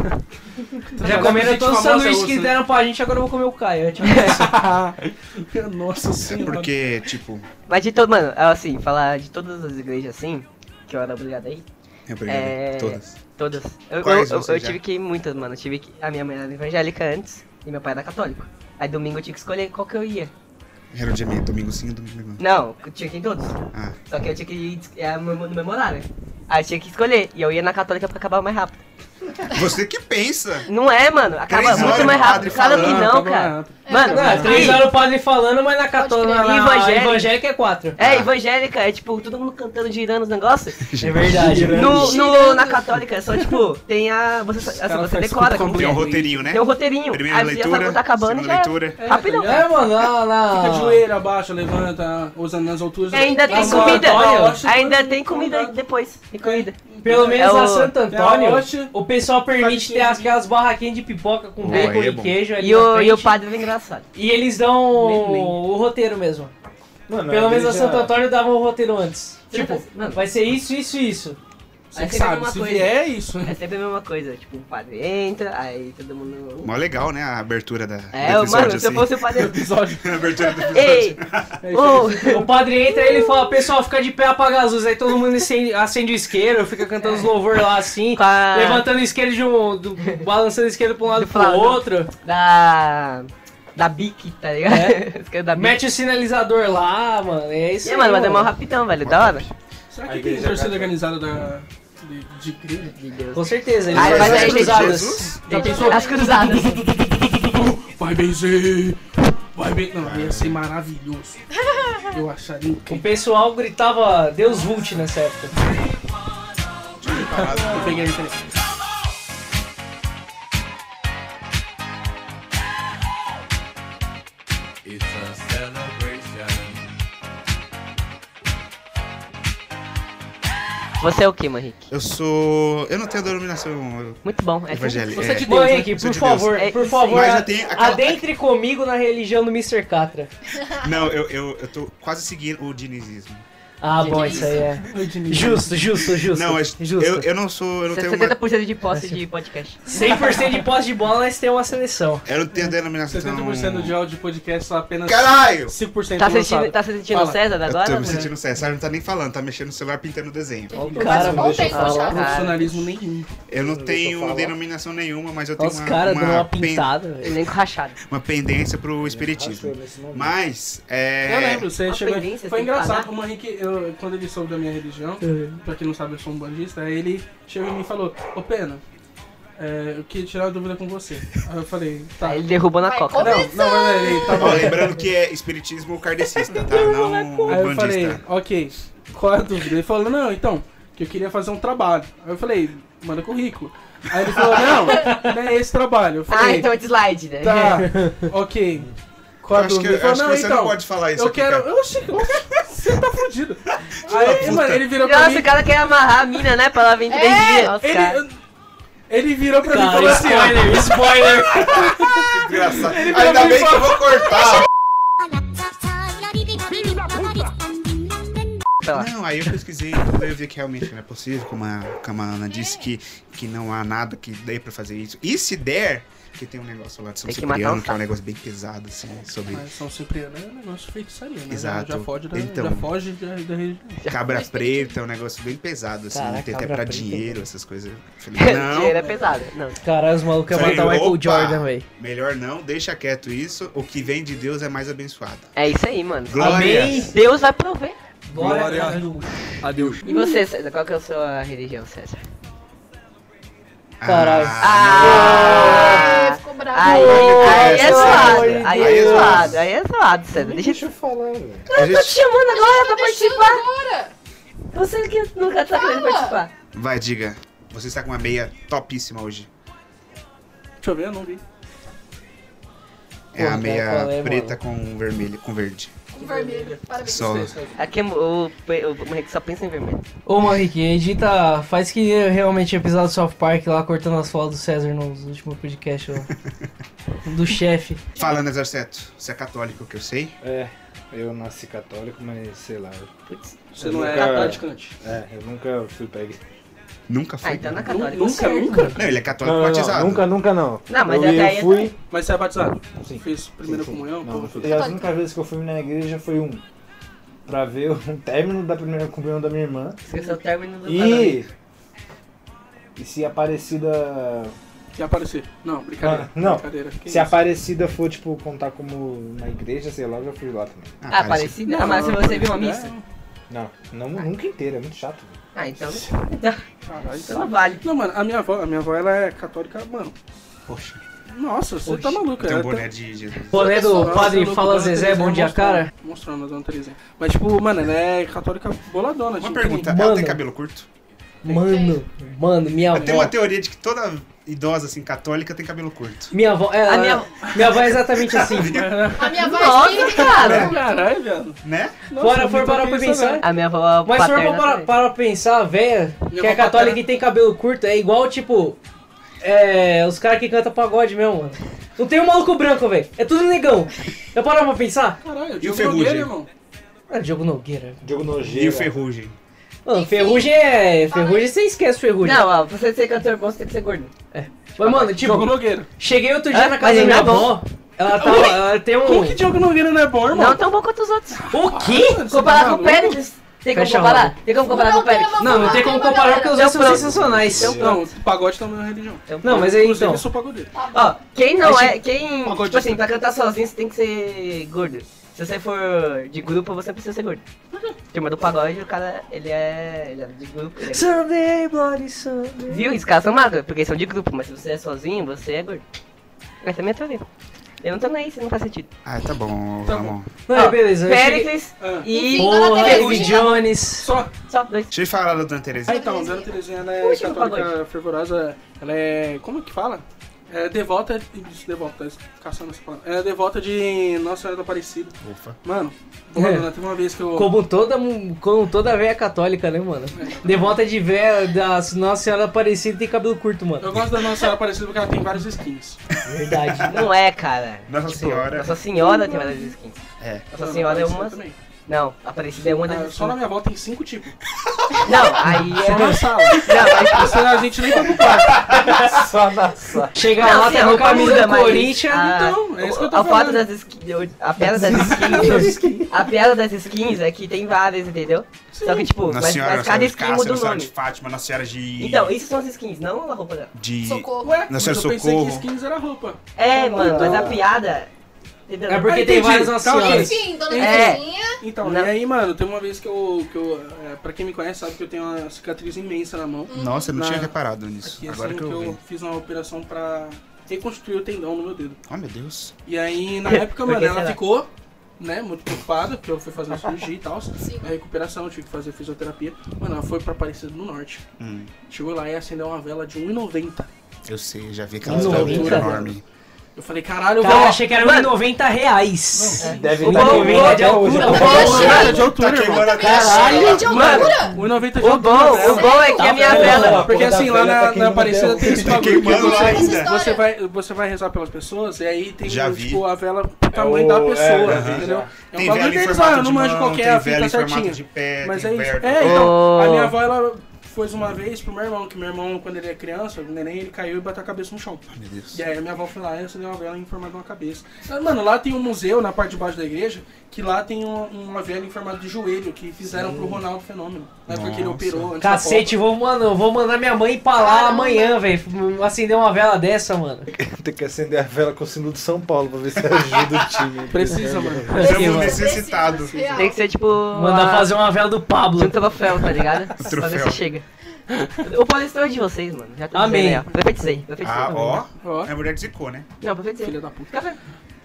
Speaker 2: Já
Speaker 5: Thiago
Speaker 2: comeram
Speaker 5: Leifert,
Speaker 2: todos os
Speaker 5: famosa
Speaker 2: sanduíches que
Speaker 5: russa,
Speaker 2: deram pra gente, agora eu vou comer o Caio. é tipo-
Speaker 5: né? Nossa
Speaker 1: É
Speaker 5: senhora.
Speaker 1: porque, tipo.
Speaker 3: Mas de todo, mano, assim, falar de todas as igrejas assim, que eu era obrigado aí,
Speaker 1: Obrigado.
Speaker 3: É.
Speaker 1: Todas.
Speaker 3: todas. Eu,
Speaker 1: Quais
Speaker 3: eu, eu-
Speaker 1: você
Speaker 3: eu
Speaker 1: já?
Speaker 3: tive que ir em muitas, mano. Eu tive que. A minha mãe era evangélica antes e meu pai era católico. Aí domingo eu tinha que escolher qual que eu ia.
Speaker 1: Era o dia meio, domingo sim, domingo não.
Speaker 3: Não, eu tinha que ir em todos.
Speaker 1: Ah,
Speaker 3: Só que eu tinha que ir é, no no memorário. Aí eu tinha que escolher. E eu ia na católica pra acabar mais rápido.
Speaker 1: Você que pensa.
Speaker 3: Não é, mano. Acaba
Speaker 1: Três horas
Speaker 3: muito mais
Speaker 1: o
Speaker 3: rápido.
Speaker 1: padre
Speaker 3: Claro que
Speaker 1: falando,
Speaker 5: tá
Speaker 3: não,
Speaker 12: acaba
Speaker 5: ah,
Speaker 3: cara.
Speaker 12: rápido.
Speaker 3: Mano,
Speaker 2: Não, é três
Speaker 3: aí-
Speaker 2: horas o padre falando, mas na
Speaker 13: Pode
Speaker 2: católica
Speaker 13: crer.
Speaker 2: na, na
Speaker 3: Evangélica.
Speaker 2: evangélica é quatro.
Speaker 3: É, evangélica, é tipo, todo mundo cantando, girando os negócios.
Speaker 2: É verdade.
Speaker 3: No, no,
Speaker 13: Girando.
Speaker 3: na católica é só, tipo, tem a. Você, só- assim,
Speaker 12: cara
Speaker 3: você
Speaker 12: faz
Speaker 3: decora
Speaker 12: tudo
Speaker 3: como
Speaker 12: com
Speaker 3: que
Speaker 1: Tem um
Speaker 3: é.
Speaker 1: roteirinho, né?
Speaker 3: Tem um roteirinho.
Speaker 1: Primeira
Speaker 3: aí você
Speaker 1: leitura,
Speaker 3: já tá acabando e
Speaker 1: segunda
Speaker 3: já é.
Speaker 1: leitura.
Speaker 3: Rapidão.
Speaker 2: É, mano, na. na...
Speaker 5: Fica de joelho, abaixa, levanta, usa nas alturas.
Speaker 3: E Ah. Ainda tem
Speaker 2: Nossa,
Speaker 3: comida.
Speaker 2: olha,
Speaker 5: tá, acho-
Speaker 3: Ainda tem comida depois. Tem comida.
Speaker 2: Pelo menos
Speaker 3: É
Speaker 2: a
Speaker 3: o-
Speaker 2: Santo
Speaker 5: é a
Speaker 2: Antônio,
Speaker 5: hoste.
Speaker 2: o pessoal permite ter as- aquelas barraquinhas de pipoca com
Speaker 1: Boa,
Speaker 2: bacon
Speaker 1: aí é
Speaker 2: e
Speaker 1: bom.
Speaker 2: queijo ali
Speaker 3: E
Speaker 2: na
Speaker 3: o,
Speaker 2: frente.
Speaker 3: e o padre é engraçado.
Speaker 2: E eles dão
Speaker 3: Nem-
Speaker 2: o, o roteiro mesmo.
Speaker 7: Mano,
Speaker 2: Pelo menos a
Speaker 7: igreja-
Speaker 2: Santo Antônio dava o roteiro antes. Tipo,
Speaker 3: Mano,
Speaker 2: vai ser isso, isso e isso.
Speaker 5: Você
Speaker 3: Aí
Speaker 5: que
Speaker 3: sempre
Speaker 5: sabe,
Speaker 3: uma
Speaker 5: se
Speaker 3: coisa.
Speaker 5: vier é isso.
Speaker 3: É sempre a mesma coisa. Tipo, o padre entra, aí todo mundo.
Speaker 1: Mó legal, né? A abertura da,
Speaker 3: É,
Speaker 1: do
Speaker 3: mano,
Speaker 1: episódio,
Speaker 3: se eu
Speaker 1: assim.
Speaker 3: fosse o padre.
Speaker 12: Episódio.
Speaker 1: a abertura do episódio.
Speaker 3: Ei! ô,
Speaker 2: O padre entra e ele fala, pessoal, fica de pé, apaga as luzes. Aí todo mundo acende, acende o isqueiro, fica cantando os louvor lá assim,
Speaker 3: Com a-
Speaker 2: levantando o isqueiro de um. do- balançando o isqueiro pra um lado
Speaker 3: Do
Speaker 2: pro
Speaker 3: lado.
Speaker 2: outro.
Speaker 3: da. Da Bic, tá ligado?
Speaker 2: É.
Speaker 3: Os caras da Bic.
Speaker 2: Mete o sinalizador lá, mano. É isso
Speaker 3: E,
Speaker 2: aí.
Speaker 3: mano, mas é mal rapidão, velho. Da hora.
Speaker 5: Será
Speaker 7: A
Speaker 5: que tem
Speaker 7: igreja
Speaker 5: torcida
Speaker 7: católica.
Speaker 5: organizada da. de, de crime?
Speaker 3: De Deus.
Speaker 2: Com certeza, eles
Speaker 3: Ai,
Speaker 2: fazem as
Speaker 3: mas aí, gente,
Speaker 2: cruzadas.
Speaker 1: Jesus?
Speaker 5: Já pensou?
Speaker 3: As cruzadas.
Speaker 5: Vai benzer! Vai ben... Não, ia ser maravilhoso. Eu acharia
Speaker 2: O
Speaker 5: incrível.
Speaker 2: pessoal gritava Deus Vult nessa época.
Speaker 5: Eu peguei a referência.
Speaker 14: It's a celebration.
Speaker 3: Você é o que, Henrique?
Speaker 1: Eu sou. Eu não tenho denominação
Speaker 3: Muito bom. É
Speaker 1: evangélica.
Speaker 5: Você é de
Speaker 2: Bom,
Speaker 5: Deus, né?
Speaker 2: Henrique,
Speaker 1: Sou
Speaker 2: por
Speaker 1: de Deus.
Speaker 2: favor,
Speaker 3: É,
Speaker 2: por
Speaker 3: sim.
Speaker 2: favor,
Speaker 1: Mas já tem aquela-
Speaker 2: adentre comigo na religião do Mr. Catra.
Speaker 1: Não, eu, eu, eu tô quase seguindo o dinizismo.
Speaker 2: Ah, bom, isso aí é. Justo, justo, justo.
Speaker 1: Não, mas
Speaker 2: justo.
Speaker 1: eu, eu não sou. Eu não, tenho uma-
Speaker 3: 70% de posse de podcast.
Speaker 2: 100% de posse de bola, nós temos uma seleção.
Speaker 1: eu não tenho denominação.
Speaker 5: 70% de áudio de podcast, só apenas
Speaker 1: Caralho!
Speaker 5: 5%
Speaker 3: Tá
Speaker 5: lançado.
Speaker 3: sentindo, tá sentindo
Speaker 5: Fala.
Speaker 3: o César
Speaker 1: Eu
Speaker 3: agora?
Speaker 1: tô me
Speaker 3: mano?
Speaker 1: sentindo sério. Sérgio não tá nem falando, tá mexendo no celular pintando desenho.
Speaker 2: Ó, o
Speaker 7: Mas
Speaker 2: cara,
Speaker 7: não
Speaker 2: mano.
Speaker 7: deixa eu
Speaker 3: Ah,
Speaker 7: falar.
Speaker 3: lá.
Speaker 5: Profissionalismo nenhum.
Speaker 1: Eu não
Speaker 7: Deixa eu
Speaker 1: tenho
Speaker 7: falar.
Speaker 1: denominação nenhuma, mas eu
Speaker 2: Ó,
Speaker 1: tenho
Speaker 2: Os
Speaker 1: uma,
Speaker 2: caras dando uma
Speaker 1: pen-
Speaker 2: pintada, velho.
Speaker 3: Elenco rachado.
Speaker 1: uma pendência pro espiritismo. Mas, é.
Speaker 5: Eu lembro, você
Speaker 3: Uma
Speaker 5: chegou.
Speaker 3: pendência,
Speaker 5: Foi
Speaker 3: assim,
Speaker 5: engraçado,
Speaker 3: pagar.
Speaker 5: o Henrique, eu- quando ele soube da minha religião,
Speaker 1: É.
Speaker 5: pra quem não sabe, eu sou um bandista, aí ele chegou em mim e falou: Ô Pena, é, eu queria tirar uma dúvida com você. Aí eu falei: Tá.
Speaker 3: Aí ele derrubou na
Speaker 13: Vai,
Speaker 3: coca.
Speaker 13: como?
Speaker 5: Não, não, mas ele tá
Speaker 1: Ó,
Speaker 5: bom.
Speaker 1: lembrando que é espiritismo kardecista, tá? Não
Speaker 5: Aí eu
Speaker 1: bandista.
Speaker 5: falei, ok, qual é a dúvida? Ele falou, não, então, que eu queria fazer um trabalho. Aí eu falei, manda currículo. Aí ele falou, não, não é esse trabalho. Eu
Speaker 3: Ah,
Speaker 5: falei,
Speaker 3: então é de slide, né?
Speaker 5: tá, ok. Qual
Speaker 1: Eu
Speaker 5: a
Speaker 1: Então acho que,
Speaker 5: dúvida? Ele
Speaker 1: eu
Speaker 5: falou,
Speaker 1: acho que
Speaker 5: não,
Speaker 1: você
Speaker 5: então,
Speaker 1: não pode falar isso
Speaker 5: eu
Speaker 1: aqui, tá?
Speaker 5: quero...
Speaker 1: cara.
Speaker 5: Eu achei que você tá fudido. Aí,
Speaker 1: puta.
Speaker 5: mano, ele virou pra
Speaker 3: Nossa,
Speaker 5: mim...
Speaker 3: o cara quer amarrar a mina, né? Pra ela vir três dias. Nossa, cara.
Speaker 5: Ele, ele virou pra mim e falou
Speaker 2: Cara,
Speaker 5: assim, ó,
Speaker 2: spoiler, spoiler.
Speaker 1: Engraçado. Ainda bem que eu vou cortar.
Speaker 3: Pra
Speaker 5: Tá.
Speaker 3: lá.
Speaker 1: Não, aí eu pesquisei, aí eu vi que realmente não é possível, como a, como a Ana disse, que, que não há nada que dê pra fazer isso. E se der, que tem um negócio lá de São
Speaker 3: Tem que matar
Speaker 1: Cipriano,
Speaker 3: o
Speaker 1: que é um negócio bem pesado, assim, sobre
Speaker 5: Mas São Cipriano é um negócio feitiçaria, né?
Speaker 1: Exato.
Speaker 5: Já, já foge, da,
Speaker 1: Então.
Speaker 5: já foge da, da religião.
Speaker 1: cabra preta, é um negócio bem pesado, assim,
Speaker 2: Caraca,
Speaker 1: tem até
Speaker 2: cabra
Speaker 1: pra
Speaker 2: preta.
Speaker 1: dinheiro, essas coisas. Eu Falei,
Speaker 3: Dinheiro é
Speaker 1: não,
Speaker 3: pesado. Não.
Speaker 2: Caralho, os malucos iam
Speaker 1: Falei,
Speaker 2: matar o Michael
Speaker 1: opa.
Speaker 2: Jordan, velho.
Speaker 1: melhor não, deixa quieto isso, o que vem de Deus é mais abençoado.
Speaker 3: É isso aí, mano.
Speaker 1: Glória!
Speaker 2: Amém.
Speaker 3: Deus vai prover.
Speaker 2: Glória a Deus.
Speaker 12: Adeus.
Speaker 3: E você, César? Qual que é a sua religião, César?
Speaker 1: Ah,
Speaker 2: Caralho.
Speaker 3: Ah!
Speaker 13: Ficou bravo.
Speaker 3: Aí, aí é
Speaker 1: Pelo
Speaker 3: zoado,
Speaker 1: amor de
Speaker 3: aí
Speaker 1: Deus.
Speaker 3: é zoado, aí é zoado, César. Deixa eu te
Speaker 7: Deixa eu falar, velho.
Speaker 1: não, a gente...
Speaker 3: chamando agora pra
Speaker 13: Deixando
Speaker 3: participar.
Speaker 13: agora.
Speaker 3: Você que nunca tá querendo participar.
Speaker 2: Ah.
Speaker 1: Vai, diga. Você está com uma meia topíssima hoje.
Speaker 5: Deixa eu ver, eu não vi.
Speaker 1: É
Speaker 2: Porra,
Speaker 1: a meia
Speaker 2: qual é, mano?
Speaker 1: preta com vermelho, com verde.
Speaker 13: Com vermelho. Parabéns.
Speaker 1: Só.
Speaker 3: Aqui é o, o, o Henrique só pensa em vermelho.
Speaker 2: Ô, Manrique, edita, faz que realmente o episódio do South Park lá cortando as falas do César nos últimos podcasts lá. do chefe.
Speaker 1: Fala, Nazar Seto. Você é católico, que eu sei.
Speaker 4: É, eu nasci católico, mas sei lá.
Speaker 3: Putz.
Speaker 5: Você não é
Speaker 4: Cara.
Speaker 5: praticante.
Speaker 4: É, eu nunca fui pego.
Speaker 1: Nunca foi.
Speaker 3: Ah, então na
Speaker 5: Nunca,
Speaker 3: católica.
Speaker 5: nunca, nunca.
Speaker 1: Não, ele é católico
Speaker 4: Não, não,
Speaker 1: batizado.
Speaker 4: nunca, nunca não.
Speaker 3: Não, mas
Speaker 4: eu,
Speaker 3: até aí é
Speaker 4: eu fui.
Speaker 5: Mas você é batizado?
Speaker 4: Sim.
Speaker 5: Fez primeira
Speaker 4: Sim, sim.
Speaker 5: comunhão?
Speaker 4: Não,
Speaker 5: Como
Speaker 4: não
Speaker 5: foi?
Speaker 4: fiz. E as únicas vezes que eu fui na igreja foi um. Pra ver o término da primeira comunhão da minha irmã.
Speaker 3: Esqueceu o término do casamento.
Speaker 4: E. E se a Aparecida.
Speaker 5: Que aparecer? Não, brincadeira.
Speaker 4: Ah, não.
Speaker 5: Brincadeira. Que
Speaker 4: se a
Speaker 5: isso?
Speaker 4: Aparecida for, tipo, contar como na igreja, sei lá, eu já fui lá também.
Speaker 3: Ah,
Speaker 1: parece-
Speaker 3: parecido. Ah, mas se você viu uma missa.
Speaker 4: Não, não nunca inteira, é muito chato. velho.
Speaker 3: Ah, então.
Speaker 5: Caralho,
Speaker 3: Então não vale.
Speaker 5: Não, mano, a minha avó, a minha avó ela é católica, mano.
Speaker 1: Poxa.
Speaker 5: Nossa, você tá maluco,
Speaker 1: Tem um
Speaker 5: ela
Speaker 1: boné de Jesus.
Speaker 2: Boné É do
Speaker 5: Nossa,
Speaker 2: padre
Speaker 5: louco, é
Speaker 2: Fala
Speaker 5: dona
Speaker 2: Zezé,
Speaker 5: Terezinha
Speaker 2: bom dia,
Speaker 5: mostrou-
Speaker 2: cara.
Speaker 5: Mostrou na Dona Terezinha. Mas, tipo, mano, ela é católica boladona.
Speaker 1: Uma
Speaker 5: tipo,
Speaker 1: pergunta,
Speaker 5: tem-
Speaker 1: ela tem
Speaker 2: Mano.
Speaker 1: cabelo curto?
Speaker 2: Mano, mano, minha
Speaker 1: Eu tenho uma
Speaker 2: avó.
Speaker 1: teoria de que toda idosa, assim, católica tem cabelo curto.
Speaker 2: Minha avó, ela-
Speaker 3: A minha-
Speaker 2: minha avó é exatamente assim.
Speaker 8: A minha voz
Speaker 2: é
Speaker 3: Nossa, cara!
Speaker 5: Caralho, velho.
Speaker 1: Né?
Speaker 2: Bora, for parar pra pensar.
Speaker 3: A minha avó.
Speaker 2: Mas se for
Speaker 3: paterna
Speaker 2: para,
Speaker 3: também.
Speaker 2: para pensar, a véia, que é
Speaker 5: avó
Speaker 2: católica
Speaker 5: paterna-
Speaker 2: e tem cabelo curto, é igual, tipo, é, os caras que cantam pagode mesmo, mano. Não tem um maluco branco, velho. É tudo negão. Eu paro pra pensar?
Speaker 5: Caralho,
Speaker 1: E o
Speaker 5: Diogo Nogueira,
Speaker 1: Ferrugem?
Speaker 5: irmão.
Speaker 2: Ah, Diogo Nogueira.
Speaker 4: Diogo
Speaker 1: E o
Speaker 4: Nojeira.
Speaker 1: ferrugem.
Speaker 2: Mano, ferrugem é... Ferrugem, você esquece ferrugem.
Speaker 3: Não, ó, pra você ser cantor bom, você tem que ser gordo.
Speaker 2: Mas, mano, tipo,
Speaker 5: Diogo Nogueira.
Speaker 2: cheguei outro dia
Speaker 3: Ah,
Speaker 2: na
Speaker 3: mas
Speaker 2: casa da
Speaker 3: ele
Speaker 2: minha
Speaker 3: é bom.
Speaker 2: avó. Ela, tá, ela tem um...
Speaker 5: Como que Diogo Nogueira não é bom, irmão?
Speaker 3: Não tão bom quanto os outros.
Speaker 2: O quê?
Speaker 5: Mano, você tá
Speaker 3: Comparar com
Speaker 5: maluco?
Speaker 3: o Pérez? Tem como
Speaker 2: Fecha a
Speaker 3: comparar?
Speaker 2: roda.
Speaker 3: Tem como comparar com o Pérez?
Speaker 2: Não, não tem como comparar porque os
Speaker 3: Eu
Speaker 2: dois são
Speaker 3: um pronto.
Speaker 2: sensacionais.
Speaker 5: Não, o pagode também é uma religião.
Speaker 2: Não, mas aí,
Speaker 5: Inclusive,
Speaker 2: então...
Speaker 5: eu sou pagodeiro.
Speaker 3: Ó, quem não
Speaker 2: Acho-
Speaker 3: é. Quem.
Speaker 5: Pagode
Speaker 3: Tipo assim,
Speaker 5: de-
Speaker 3: pra cantar sozinho você tem que ser gordo. Se você for de grupo, você precisa ser gordo. Turma do pagode, o cara, ele é. Ele é de grupo. Ele é...
Speaker 2: Sunday, bloody Sunday.
Speaker 3: Viu? Os caras são magros, porque são de grupo, mas se você é sozinho, você é gordo. Essa é a minha teoria. Eu não tô nem aí, isso não faz sentido.
Speaker 1: Ah, tá bom,
Speaker 5: Tá
Speaker 1: Ramon.
Speaker 2: Não,
Speaker 3: Ó,
Speaker 2: beleza. eu cheguei-
Speaker 3: Péricles
Speaker 5: Ah.
Speaker 3: e.
Speaker 2: Porra, David
Speaker 3: Ferrugem.
Speaker 2: Jones.
Speaker 5: Só.
Speaker 3: Só dois.
Speaker 1: Deixa eu falar da Dona Terezinha.
Speaker 5: Ah, então, Dona Terezinha, ela
Speaker 2: assim,
Speaker 5: é
Speaker 3: Último
Speaker 5: católica fervorosa. Ela é. Como que fala? É devota. Isso, devota, tá caçando essa palavra. Ela é devota de Nossa Senhora do Aparecida.
Speaker 1: Ufa.
Speaker 5: Mano, boa,
Speaker 2: É.
Speaker 5: dona, teve uma vez que eu.
Speaker 2: Como toda, mu- como toda véia católica, né, mano? Devota de véia da Nossa Senhora Aparecida tem cabelo curto,
Speaker 5: Eu
Speaker 2: mano.
Speaker 5: gosto da Nossa Senhora Aparecida porque ela tem várias skins.
Speaker 2: Verdade.
Speaker 3: Não é, cara.
Speaker 1: Nossa Senhora.
Speaker 3: Nossa Senhora tem várias skins.
Speaker 1: É.
Speaker 3: Nossa Senhora é
Speaker 5: Aparecida
Speaker 3: uma.
Speaker 5: também.
Speaker 3: Não, Aparecida é uma das
Speaker 5: Ah, só na minha avó tem cinco tipos.
Speaker 3: skins. Não, aí é.
Speaker 5: Só na sala. Não, mas a gente nem tá no quarto.
Speaker 4: Só na só.
Speaker 2: Chega
Speaker 3: Não,
Speaker 2: lá,
Speaker 3: sim,
Speaker 2: tá
Speaker 3: a
Speaker 2: com a
Speaker 3: roupa
Speaker 2: camisa
Speaker 3: muda,
Speaker 2: do
Speaker 3: mas-
Speaker 2: Corinthians.
Speaker 3: Ah,
Speaker 5: Então, é isso que eu tô
Speaker 3: a foto
Speaker 5: falando.
Speaker 3: das skins. A piada das skins. a piada das skins é que tem várias, entendeu? Só que, tipo,
Speaker 1: Nossa
Speaker 3: mas,
Speaker 1: Senhora,
Speaker 3: mas
Speaker 1: Nossa Senhora
Speaker 3: cada
Speaker 1: de
Speaker 3: skin
Speaker 1: Cássia,
Speaker 3: muda o
Speaker 1: Nossa Senhora de
Speaker 3: nome.
Speaker 1: Fátima, Nossa Senhora de...
Speaker 3: Então, isso são as skins, não a roupa dela.
Speaker 1: de...
Speaker 8: Socorro.
Speaker 5: Ué,
Speaker 1: Nossa
Speaker 5: mas
Speaker 1: Senhora
Speaker 5: eu pensei que
Speaker 1: Socorro.
Speaker 5: skins era roupa.
Speaker 3: É, mano, mas a piada. Entendeu?
Speaker 2: É porque
Speaker 5: Ah,
Speaker 2: tem
Speaker 5: entendi.
Speaker 2: várias Nossa
Speaker 5: Tá, ok.
Speaker 2: Senhoras.
Speaker 8: Enfim, dona
Speaker 3: É.
Speaker 8: Terezinha.
Speaker 5: Então,
Speaker 3: Não.
Speaker 5: e aí, mano, tem uma vez que eu. Que eu é, pra quem me conhece, sabe que eu tenho uma cicatriz imensa na mão.
Speaker 1: Nossa, eu não
Speaker 5: Na-
Speaker 1: tinha reparado nisso.
Speaker 5: Aqui,
Speaker 1: Agora
Speaker 5: assim,
Speaker 1: é que eu vi.
Speaker 5: fiz uma operação pra reconstruir o tendão no meu dedo.
Speaker 1: Oh, meu Deus.
Speaker 5: E aí, na época, mano,
Speaker 3: Porque
Speaker 5: ela
Speaker 3: será?
Speaker 5: ficou, né, muito preocupada, porque eu fui fazer uma cirurgia e tal. A recuperação, eu tive que fazer fisioterapia. Mano, ela foi pra Aparecida do Norte.
Speaker 1: Hum,
Speaker 5: Chegou lá e acendeu uma vela de 1,90.
Speaker 1: eu sei, já vi aquela
Speaker 2: Não,
Speaker 1: estrutura
Speaker 2: não, não.
Speaker 1: enorme.
Speaker 5: Eu falei, caralho, eu vou.
Speaker 2: Cara, achei que era R$ 90 reais.
Speaker 4: Deve
Speaker 3: O
Speaker 4: tá
Speaker 3: bom-
Speaker 4: devendo
Speaker 3: o
Speaker 4: até
Speaker 2: bom-
Speaker 4: hoje.
Speaker 2: o
Speaker 4: Tá
Speaker 8: Poxa,
Speaker 5: Caralho, de
Speaker 1: Tá
Speaker 5: altura, irmão.
Speaker 1: queimando a
Speaker 8: Caralho, de
Speaker 3: Mano.
Speaker 8: altura.
Speaker 5: 1,90 de
Speaker 3: O
Speaker 5: altura.
Speaker 3: bom,
Speaker 1: tá
Speaker 3: o bom é que
Speaker 2: Tá
Speaker 3: a minha
Speaker 4: bom.
Speaker 3: vela.
Speaker 5: né? Porque assim, lá na, na Aparecida tem esse
Speaker 1: Tá
Speaker 5: bagulho que
Speaker 1: queimando lá
Speaker 5: você,
Speaker 1: ainda.
Speaker 5: você, vai, você vai rezar pelas pessoas e aí tem,
Speaker 1: Já vi.
Speaker 5: tipo, a vela pro tamanho da
Speaker 4: o- é,
Speaker 5: pessoa,
Speaker 4: já vi,
Speaker 5: entendeu? É
Speaker 4: já.
Speaker 5: um
Speaker 1: Tem
Speaker 5: bagulho
Speaker 1: vela em
Speaker 5: deles lá, eu
Speaker 1: formato de
Speaker 5: não manjo
Speaker 1: mão,
Speaker 5: qualquer,
Speaker 1: tem
Speaker 5: a fita
Speaker 1: vela em formato
Speaker 5: certinha.
Speaker 1: de pé,
Speaker 5: Mas é
Speaker 1: tem
Speaker 5: isso.
Speaker 1: vértice.
Speaker 5: É, então,
Speaker 3: Oh.
Speaker 5: a minha avó, ela fez uma vez pro meu irmão, que meu irmão, quando ele era criança, o neném, ele caiu e bateu a cabeça no chão.
Speaker 1: Oh, Meu Deus.
Speaker 5: E aí a minha avó foi lá e acendeu uma vela em formato de uma cabeça. Mas, Mano, lá tem um museu, na parte de baixo da igreja, que lá tem um- uma vela em formato de joelho, que fizeram pro Ronaldo Fenômeno. Na época que ele
Speaker 1: Nossa.
Speaker 5: operou antes da
Speaker 2: Cacete, vou, mano, vou mandar minha mãe pra lá amanhã, velho. Acender uma vela dessa, mano.
Speaker 4: Tem que acender a vela com o sino do São Paulo pra ver se ajuda o time.
Speaker 5: Precisa, mano.
Speaker 2: Sim,
Speaker 1: Estamos
Speaker 2: mano.
Speaker 1: necessitados.
Speaker 8: Real.
Speaker 3: Tem que ser tipo.
Speaker 2: Mandar
Speaker 3: a-
Speaker 2: fazer uma vela do
Speaker 3: de um
Speaker 2: Pablo.
Speaker 3: troféu, tá ligado? Pra ver
Speaker 1: Troféu.
Speaker 3: se chega. O Paulistão é de vocês, mano. Já tô
Speaker 2: Amém.
Speaker 3: dizendo aí, ó. Profetizei, profetizei.
Speaker 1: Ah, ó.
Speaker 5: Ó,
Speaker 1: É a mulher que zicou, né?
Speaker 3: Não, profetizei.
Speaker 5: filha da puta.
Speaker 3: Fica vendo.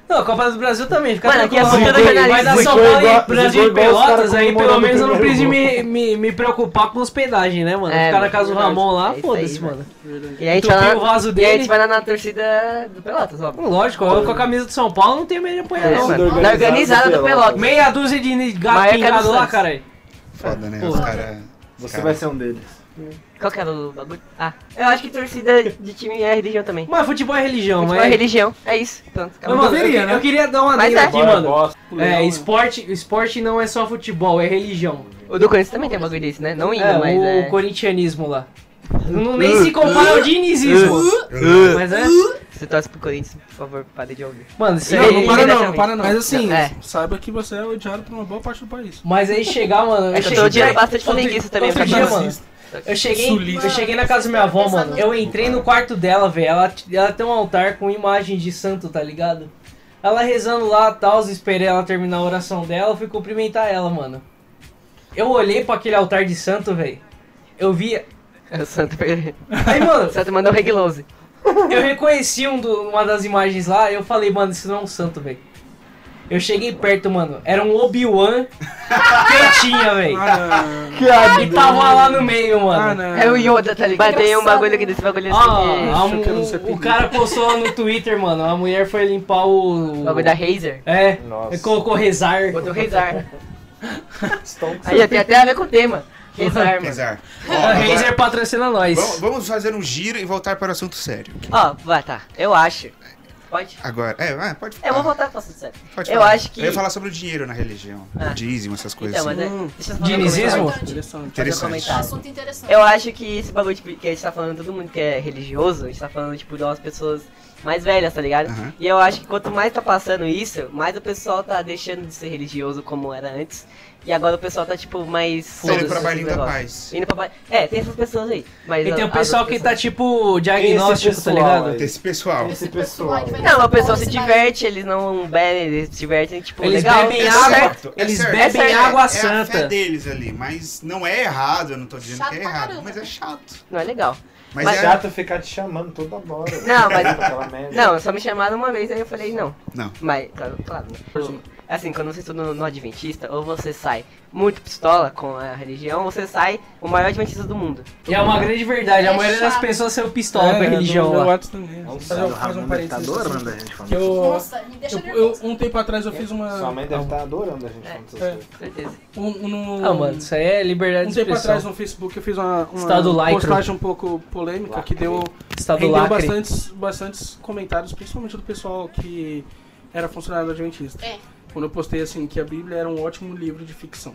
Speaker 2: Não, a Copa do Brasil também. Fica
Speaker 3: Mano, aqui é
Speaker 2: tranquilo.
Speaker 3: futuro
Speaker 2: Vai dar
Speaker 3: jornalista.
Speaker 2: São
Speaker 4: Zicou
Speaker 2: Paulo e
Speaker 4: igual-
Speaker 2: Brasil
Speaker 4: zicou
Speaker 2: e
Speaker 4: igual os
Speaker 2: Pelotas,
Speaker 4: caras
Speaker 2: aí pelo
Speaker 4: comemorando
Speaker 2: menos eu não
Speaker 4: o
Speaker 2: preciso
Speaker 4: primeiro
Speaker 2: me, me, me preocupar com hospedagem, né, mano?
Speaker 3: É,
Speaker 2: Ficar na
Speaker 3: mano,
Speaker 2: casa do
Speaker 3: verdade.
Speaker 2: Ramon
Speaker 3: É
Speaker 2: lá,
Speaker 3: isso
Speaker 2: foda-se,
Speaker 3: aí, velho.
Speaker 2: mano.
Speaker 5: Verdade.
Speaker 3: E aí a gente vai
Speaker 2: Entupir
Speaker 3: lá-
Speaker 2: o vaso
Speaker 3: e aí a
Speaker 2: dele.
Speaker 3: gente vai lá na torcida do Pelotas, ó.
Speaker 2: Lógico, eu com a camisa do São Paulo não tenho medo de apanhar,
Speaker 3: É,
Speaker 2: não.
Speaker 3: mano. Na organizada do Pelotas.
Speaker 2: Meia dúzia de
Speaker 3: Maior
Speaker 2: gato
Speaker 3: que a do
Speaker 2: pingado lá,
Speaker 3: Santos.
Speaker 2: caralho.
Speaker 1: Foda, né?
Speaker 2: Pô.
Speaker 1: Os
Speaker 3: É,
Speaker 1: caras...
Speaker 4: Você vai ser um deles.
Speaker 3: Qual que era o bagulho? Ah, eu acho que torcida de time é religião também.
Speaker 2: Mas futebol é religião,
Speaker 3: Futebol
Speaker 2: mas...
Speaker 3: é religião, é isso. Pronto,
Speaker 2: Mas,
Speaker 3: acabou.
Speaker 2: mano,
Speaker 5: deveria,
Speaker 2: eu, que-
Speaker 5: né?
Speaker 2: eu queria dar uma
Speaker 3: Mas
Speaker 2: dica
Speaker 3: é.
Speaker 2: aqui,
Speaker 3: Bora,
Speaker 2: mano. É,
Speaker 5: Legal,
Speaker 2: esporte, esporte não é só futebol, é religião.
Speaker 3: o do Corinthians também tem um bagulho desse, né? Não indo,
Speaker 2: É,
Speaker 3: mas
Speaker 2: o
Speaker 3: é...
Speaker 2: corintianismo lá. Não nem se compara ao dinizismo.
Speaker 5: Uh.
Speaker 2: mas é.
Speaker 3: Você torce pro Corinthians, por favor, pare de ouvir.
Speaker 2: Mano, isso
Speaker 5: Não,
Speaker 2: aí.
Speaker 5: não para não, não para não. Mas assim,
Speaker 3: É.
Speaker 5: saiba que você é odiado por uma boa parte do país.
Speaker 2: Mas aí chegar, mano.
Speaker 3: É que eu
Speaker 2: cheguei-
Speaker 3: tô odiando bastante
Speaker 2: outro-
Speaker 3: flamenguista também,
Speaker 2: outro
Speaker 3: fica
Speaker 2: dia,
Speaker 3: chato.
Speaker 2: mano, Eu cheguei,
Speaker 5: Sulista.
Speaker 2: eu cheguei na casa da minha avó, mano. Eu
Speaker 3: é
Speaker 2: entrei no quarto dela, velho. Ela, ela tem um altar com imagem de santo, tá ligado? Ela rezando lá, tal, esperei ela terminar a oração dela, fui cumprimentar ela, mano. Eu olhei pra aquele altar de santo, velho. Eu via.
Speaker 3: É o Santo Pereira.
Speaker 2: Aí, mano.
Speaker 3: O Santo mandou o Reg Lose.
Speaker 2: Eu reconheci um do- uma das imagens lá, eu falei, mano, isso não é um santo, velho. Eu cheguei perto, mano, era um Obi-Wan quentinha, velho. E tava lá no meio,
Speaker 5: Ah,
Speaker 2: mano.
Speaker 3: É o Yoda, tá ligado? Mas tem um
Speaker 2: Engraçado.
Speaker 3: bagulho aqui desse bagulho assim.
Speaker 5: é
Speaker 2: Ah, a mu- o cara postou no Twitter, mano. A mulher foi limpar o. O
Speaker 3: bagulho da Razer?
Speaker 2: É. Ele Colocou rezar.
Speaker 3: Botou rezar. Aí já tem até a ver com o tema. Rezar, mano.
Speaker 1: Rezar. Ó,
Speaker 2: A
Speaker 1: agora-
Speaker 2: Razer Ah, patrocina nós.
Speaker 1: Vamos, vamos fazer um giro e voltar para o assunto sério.
Speaker 3: Ó, vai, tá. Eu acho. Pode?
Speaker 1: Agora. É, vai, pode
Speaker 3: Eu vou voltar com o assunto sério.
Speaker 1: Pode
Speaker 3: Eu
Speaker 1: falar.
Speaker 3: acho que.
Speaker 1: Eu ia falar sobre o dinheiro na religião.
Speaker 3: Ah.
Speaker 1: O dízimo, essas coisas
Speaker 3: Então, mas
Speaker 1: assim.
Speaker 3: é,
Speaker 2: Hum.
Speaker 3: deixa eu fazer um
Speaker 2: Dinizismo?
Speaker 3: comentário.
Speaker 5: Interessante.
Speaker 3: Fazer um
Speaker 1: Interessante.
Speaker 3: comentário.
Speaker 8: Assunto interessante.
Speaker 3: Eu acho que esse bagulho tipo, que a gente tá falando, todo mundo que é religioso, a gente tá falando tipo de umas pessoas mais velhas, tá ligado?
Speaker 1: Aham.
Speaker 3: E eu acho que quanto mais tá passando isso, mais o pessoal tá deixando de ser religioso como era antes. E agora o pessoal tá tipo mais.
Speaker 1: Indo
Speaker 3: foda-se
Speaker 1: pra
Speaker 3: esse
Speaker 1: bailinho da
Speaker 3: negócio.
Speaker 1: paz.
Speaker 3: Indo pra ba... É, tem essas pessoas aí. Mas
Speaker 2: E tem
Speaker 3: a-
Speaker 2: o pessoal
Speaker 3: as
Speaker 2: que
Speaker 3: outras
Speaker 2: tá tipo diagnóstico,
Speaker 4: Esse
Speaker 2: tá
Speaker 4: pessoal
Speaker 2: ligado?
Speaker 4: aí.
Speaker 1: Esse pessoal.
Speaker 8: Esse pessoal.
Speaker 3: pessoas- Não, o pessoal se diverte, eles não bebem, eles se divertem, tipo,
Speaker 2: Eles
Speaker 3: legal.
Speaker 2: bebem
Speaker 3: tá
Speaker 2: água,
Speaker 3: certo.
Speaker 1: É Certo,
Speaker 2: eles
Speaker 1: certo.
Speaker 2: bebem
Speaker 1: É-
Speaker 2: água
Speaker 1: é a fé
Speaker 2: santa.
Speaker 1: deles ali, mas não é errado, eu não tô dizendo
Speaker 8: Chato
Speaker 1: que é
Speaker 8: pra
Speaker 1: errado,
Speaker 8: caramba.
Speaker 1: mas é chato.
Speaker 3: Não é legal.
Speaker 1: Mas,
Speaker 4: Mas
Speaker 1: é
Speaker 4: chato ficar te chamando toda hora.
Speaker 3: Não, mas-
Speaker 4: Aquela merda.
Speaker 3: Não, só me chamaram uma vez, aí eu falei não.
Speaker 1: Não.
Speaker 3: Mas, claro, claro. né? Assim, quando você estuda no, no Adventista, ou você sai muito pistola com a religião, ou você sai o maior Adventista do mundo.
Speaker 2: E é uma grande verdade, a
Speaker 8: É
Speaker 2: maioria das
Speaker 8: chato.
Speaker 2: pessoas saiu pistola pra religião
Speaker 5: É, Eu
Speaker 2: lá.
Speaker 5: acho também.
Speaker 4: Vamos
Speaker 5: Fazer-
Speaker 4: fazer
Speaker 5: fazer um parênteses.
Speaker 4: Tá adorando a gente falando.
Speaker 5: Que eu,
Speaker 8: Nossa, me deixa
Speaker 5: eu,
Speaker 8: nervosa.
Speaker 5: eu- um tempo atrás eu fiz
Speaker 4: Sua
Speaker 5: uma.
Speaker 4: mãe deve estar adorando a gente falando essas
Speaker 5: É.
Speaker 4: coisas.
Speaker 3: Com certeza.
Speaker 5: Um, um-
Speaker 2: Ah, mano, isso aí é liberdade
Speaker 5: um
Speaker 2: de
Speaker 5: tempo atrás
Speaker 2: expressão.
Speaker 5: no Facebook eu fiz uma, uma
Speaker 2: Estado laico.
Speaker 5: postagem um pouco polêmica que deu
Speaker 2: Estado
Speaker 5: rendeu
Speaker 2: lacre.
Speaker 5: bastantes, bastantes comentários, principalmente do pessoal que era funcionário do Adventista.
Speaker 8: É.
Speaker 5: Quando eu postei assim que a Bíblia era um ótimo livro de ficção.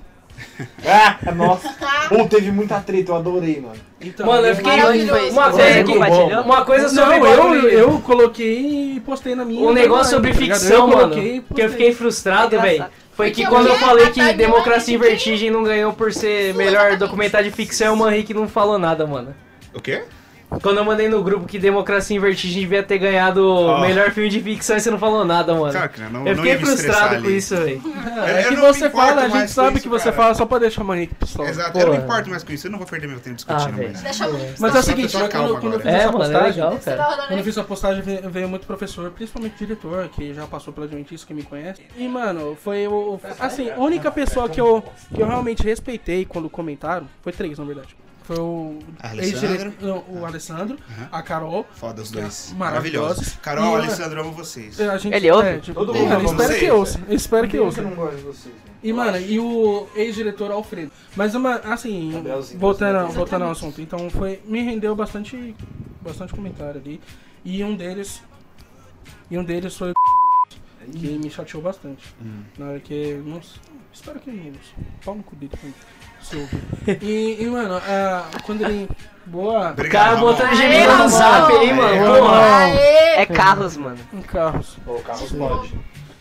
Speaker 4: Ah, nossa. Ou teve muita treta, eu adorei, mano.
Speaker 5: Então,
Speaker 2: Mano, eu fiquei.
Speaker 8: Maravilhoso.
Speaker 2: Uma
Speaker 3: Você
Speaker 2: coisa, que,
Speaker 3: compartilhou?
Speaker 2: uma coisa sobre.
Speaker 5: não, eu,
Speaker 2: bagulho-
Speaker 5: eu coloquei e postei na minha.
Speaker 2: Um negócio sobre
Speaker 5: timeline, tá ligado?
Speaker 2: ficção,
Speaker 5: Eu
Speaker 2: mano.
Speaker 5: coloquei
Speaker 2: Que
Speaker 5: e
Speaker 2: eu
Speaker 5: postei.
Speaker 2: fiquei frustrado,
Speaker 3: É
Speaker 2: velho.
Speaker 3: engraçado.
Speaker 2: Foi
Speaker 8: Porque
Speaker 2: que quando
Speaker 8: eu
Speaker 2: eu
Speaker 8: vi a
Speaker 2: falei que
Speaker 8: timeline
Speaker 2: Democracia em
Speaker 8: de quem-
Speaker 2: Vertigem não ganhou por ser
Speaker 8: Sua,
Speaker 2: melhor
Speaker 8: exatamente.
Speaker 2: documentário de ficção, o Manrique não falou nada, mano.
Speaker 1: O quê?
Speaker 2: Quando eu mandei no grupo que Democracia em Vertigem devia ter ganhado o
Speaker 1: Ó.
Speaker 2: melhor filme de ficção e você não falou nada, mano.
Speaker 1: Claro que não, não,
Speaker 2: eu
Speaker 1: não
Speaker 2: fiquei
Speaker 1: ia me estressar
Speaker 2: frustrado
Speaker 1: ali.
Speaker 2: com isso, velho.
Speaker 5: É
Speaker 1: eu
Speaker 5: que
Speaker 1: não me
Speaker 5: você
Speaker 1: importo
Speaker 5: fala, a
Speaker 1: mais
Speaker 5: gente
Speaker 1: com
Speaker 5: sabe
Speaker 1: isso,
Speaker 5: que você
Speaker 1: cara.
Speaker 5: fala só pra deixar a Manique pistola.
Speaker 1: Exato,
Speaker 2: Pô,
Speaker 1: eu não me
Speaker 2: é.
Speaker 1: importo mais com isso, eu não vou perder meu tempo
Speaker 2: Ah,
Speaker 1: discutindo
Speaker 2: velho.
Speaker 1: mais.
Speaker 8: Deixa tá eu
Speaker 5: Mas é o
Speaker 1: Só pra
Speaker 5: seguinte,
Speaker 1: tua
Speaker 5: né, quando,
Speaker 1: calma
Speaker 5: quando eu fiz
Speaker 1: agora.
Speaker 2: É,
Speaker 5: essa
Speaker 2: mano, é
Speaker 5: postagem,
Speaker 2: legal, cara.
Speaker 5: Quando eu fiz essa postagem, ve- veio muito professor, principalmente diretor, que já passou pela Adventista, que me conhece. E, mano, foi o. Assim, a única pessoa que eu, que eu realmente respeitei quando comentaram, foi três, na verdade. Foi o.
Speaker 1: Alessandro.
Speaker 5: ex-diretor- não, o Alessandro, a Carol.
Speaker 1: Foda os dois.
Speaker 5: Maravilhosos.
Speaker 1: Maravilhosos. Carol,
Speaker 5: Tá E-
Speaker 1: Alessandro, amo vocês.
Speaker 5: A gente,
Speaker 3: Ele ouve?
Speaker 5: é, tipo,
Speaker 4: Todo
Speaker 5: ele
Speaker 1: mundo ama
Speaker 5: espera
Speaker 1: vocês,
Speaker 5: que ouça.
Speaker 4: velho.
Speaker 5: Espero que
Speaker 4: Por um que eu
Speaker 5: ouça.
Speaker 4: não gosto de vocês, mano?
Speaker 5: E, mano, e o ex-diretor Alfredo. Mas, uma, assim,
Speaker 4: Abelzinho,
Speaker 5: voltando,
Speaker 4: Abelzinho.
Speaker 5: voltando ao assunto. Então, foi, me rendeu bastante, bastante comentário ali. E um deles... E um deles foi o que me chateou bastante. Na hora que... Nossa, espero que ele... Pau no cu dele também. se ouvir. E, e, mano, ah, quando ele... Boa...
Speaker 2: O cara
Speaker 1: Ramon.
Speaker 2: botando gemendo
Speaker 8: Ramon.
Speaker 2: no zap aí,
Speaker 5: É,
Speaker 2: mano.
Speaker 1: Ramon.
Speaker 2: Porra.
Speaker 8: Aê!
Speaker 3: É Carlos, mano.
Speaker 5: Um carros.
Speaker 4: Pô, o Carlos pode.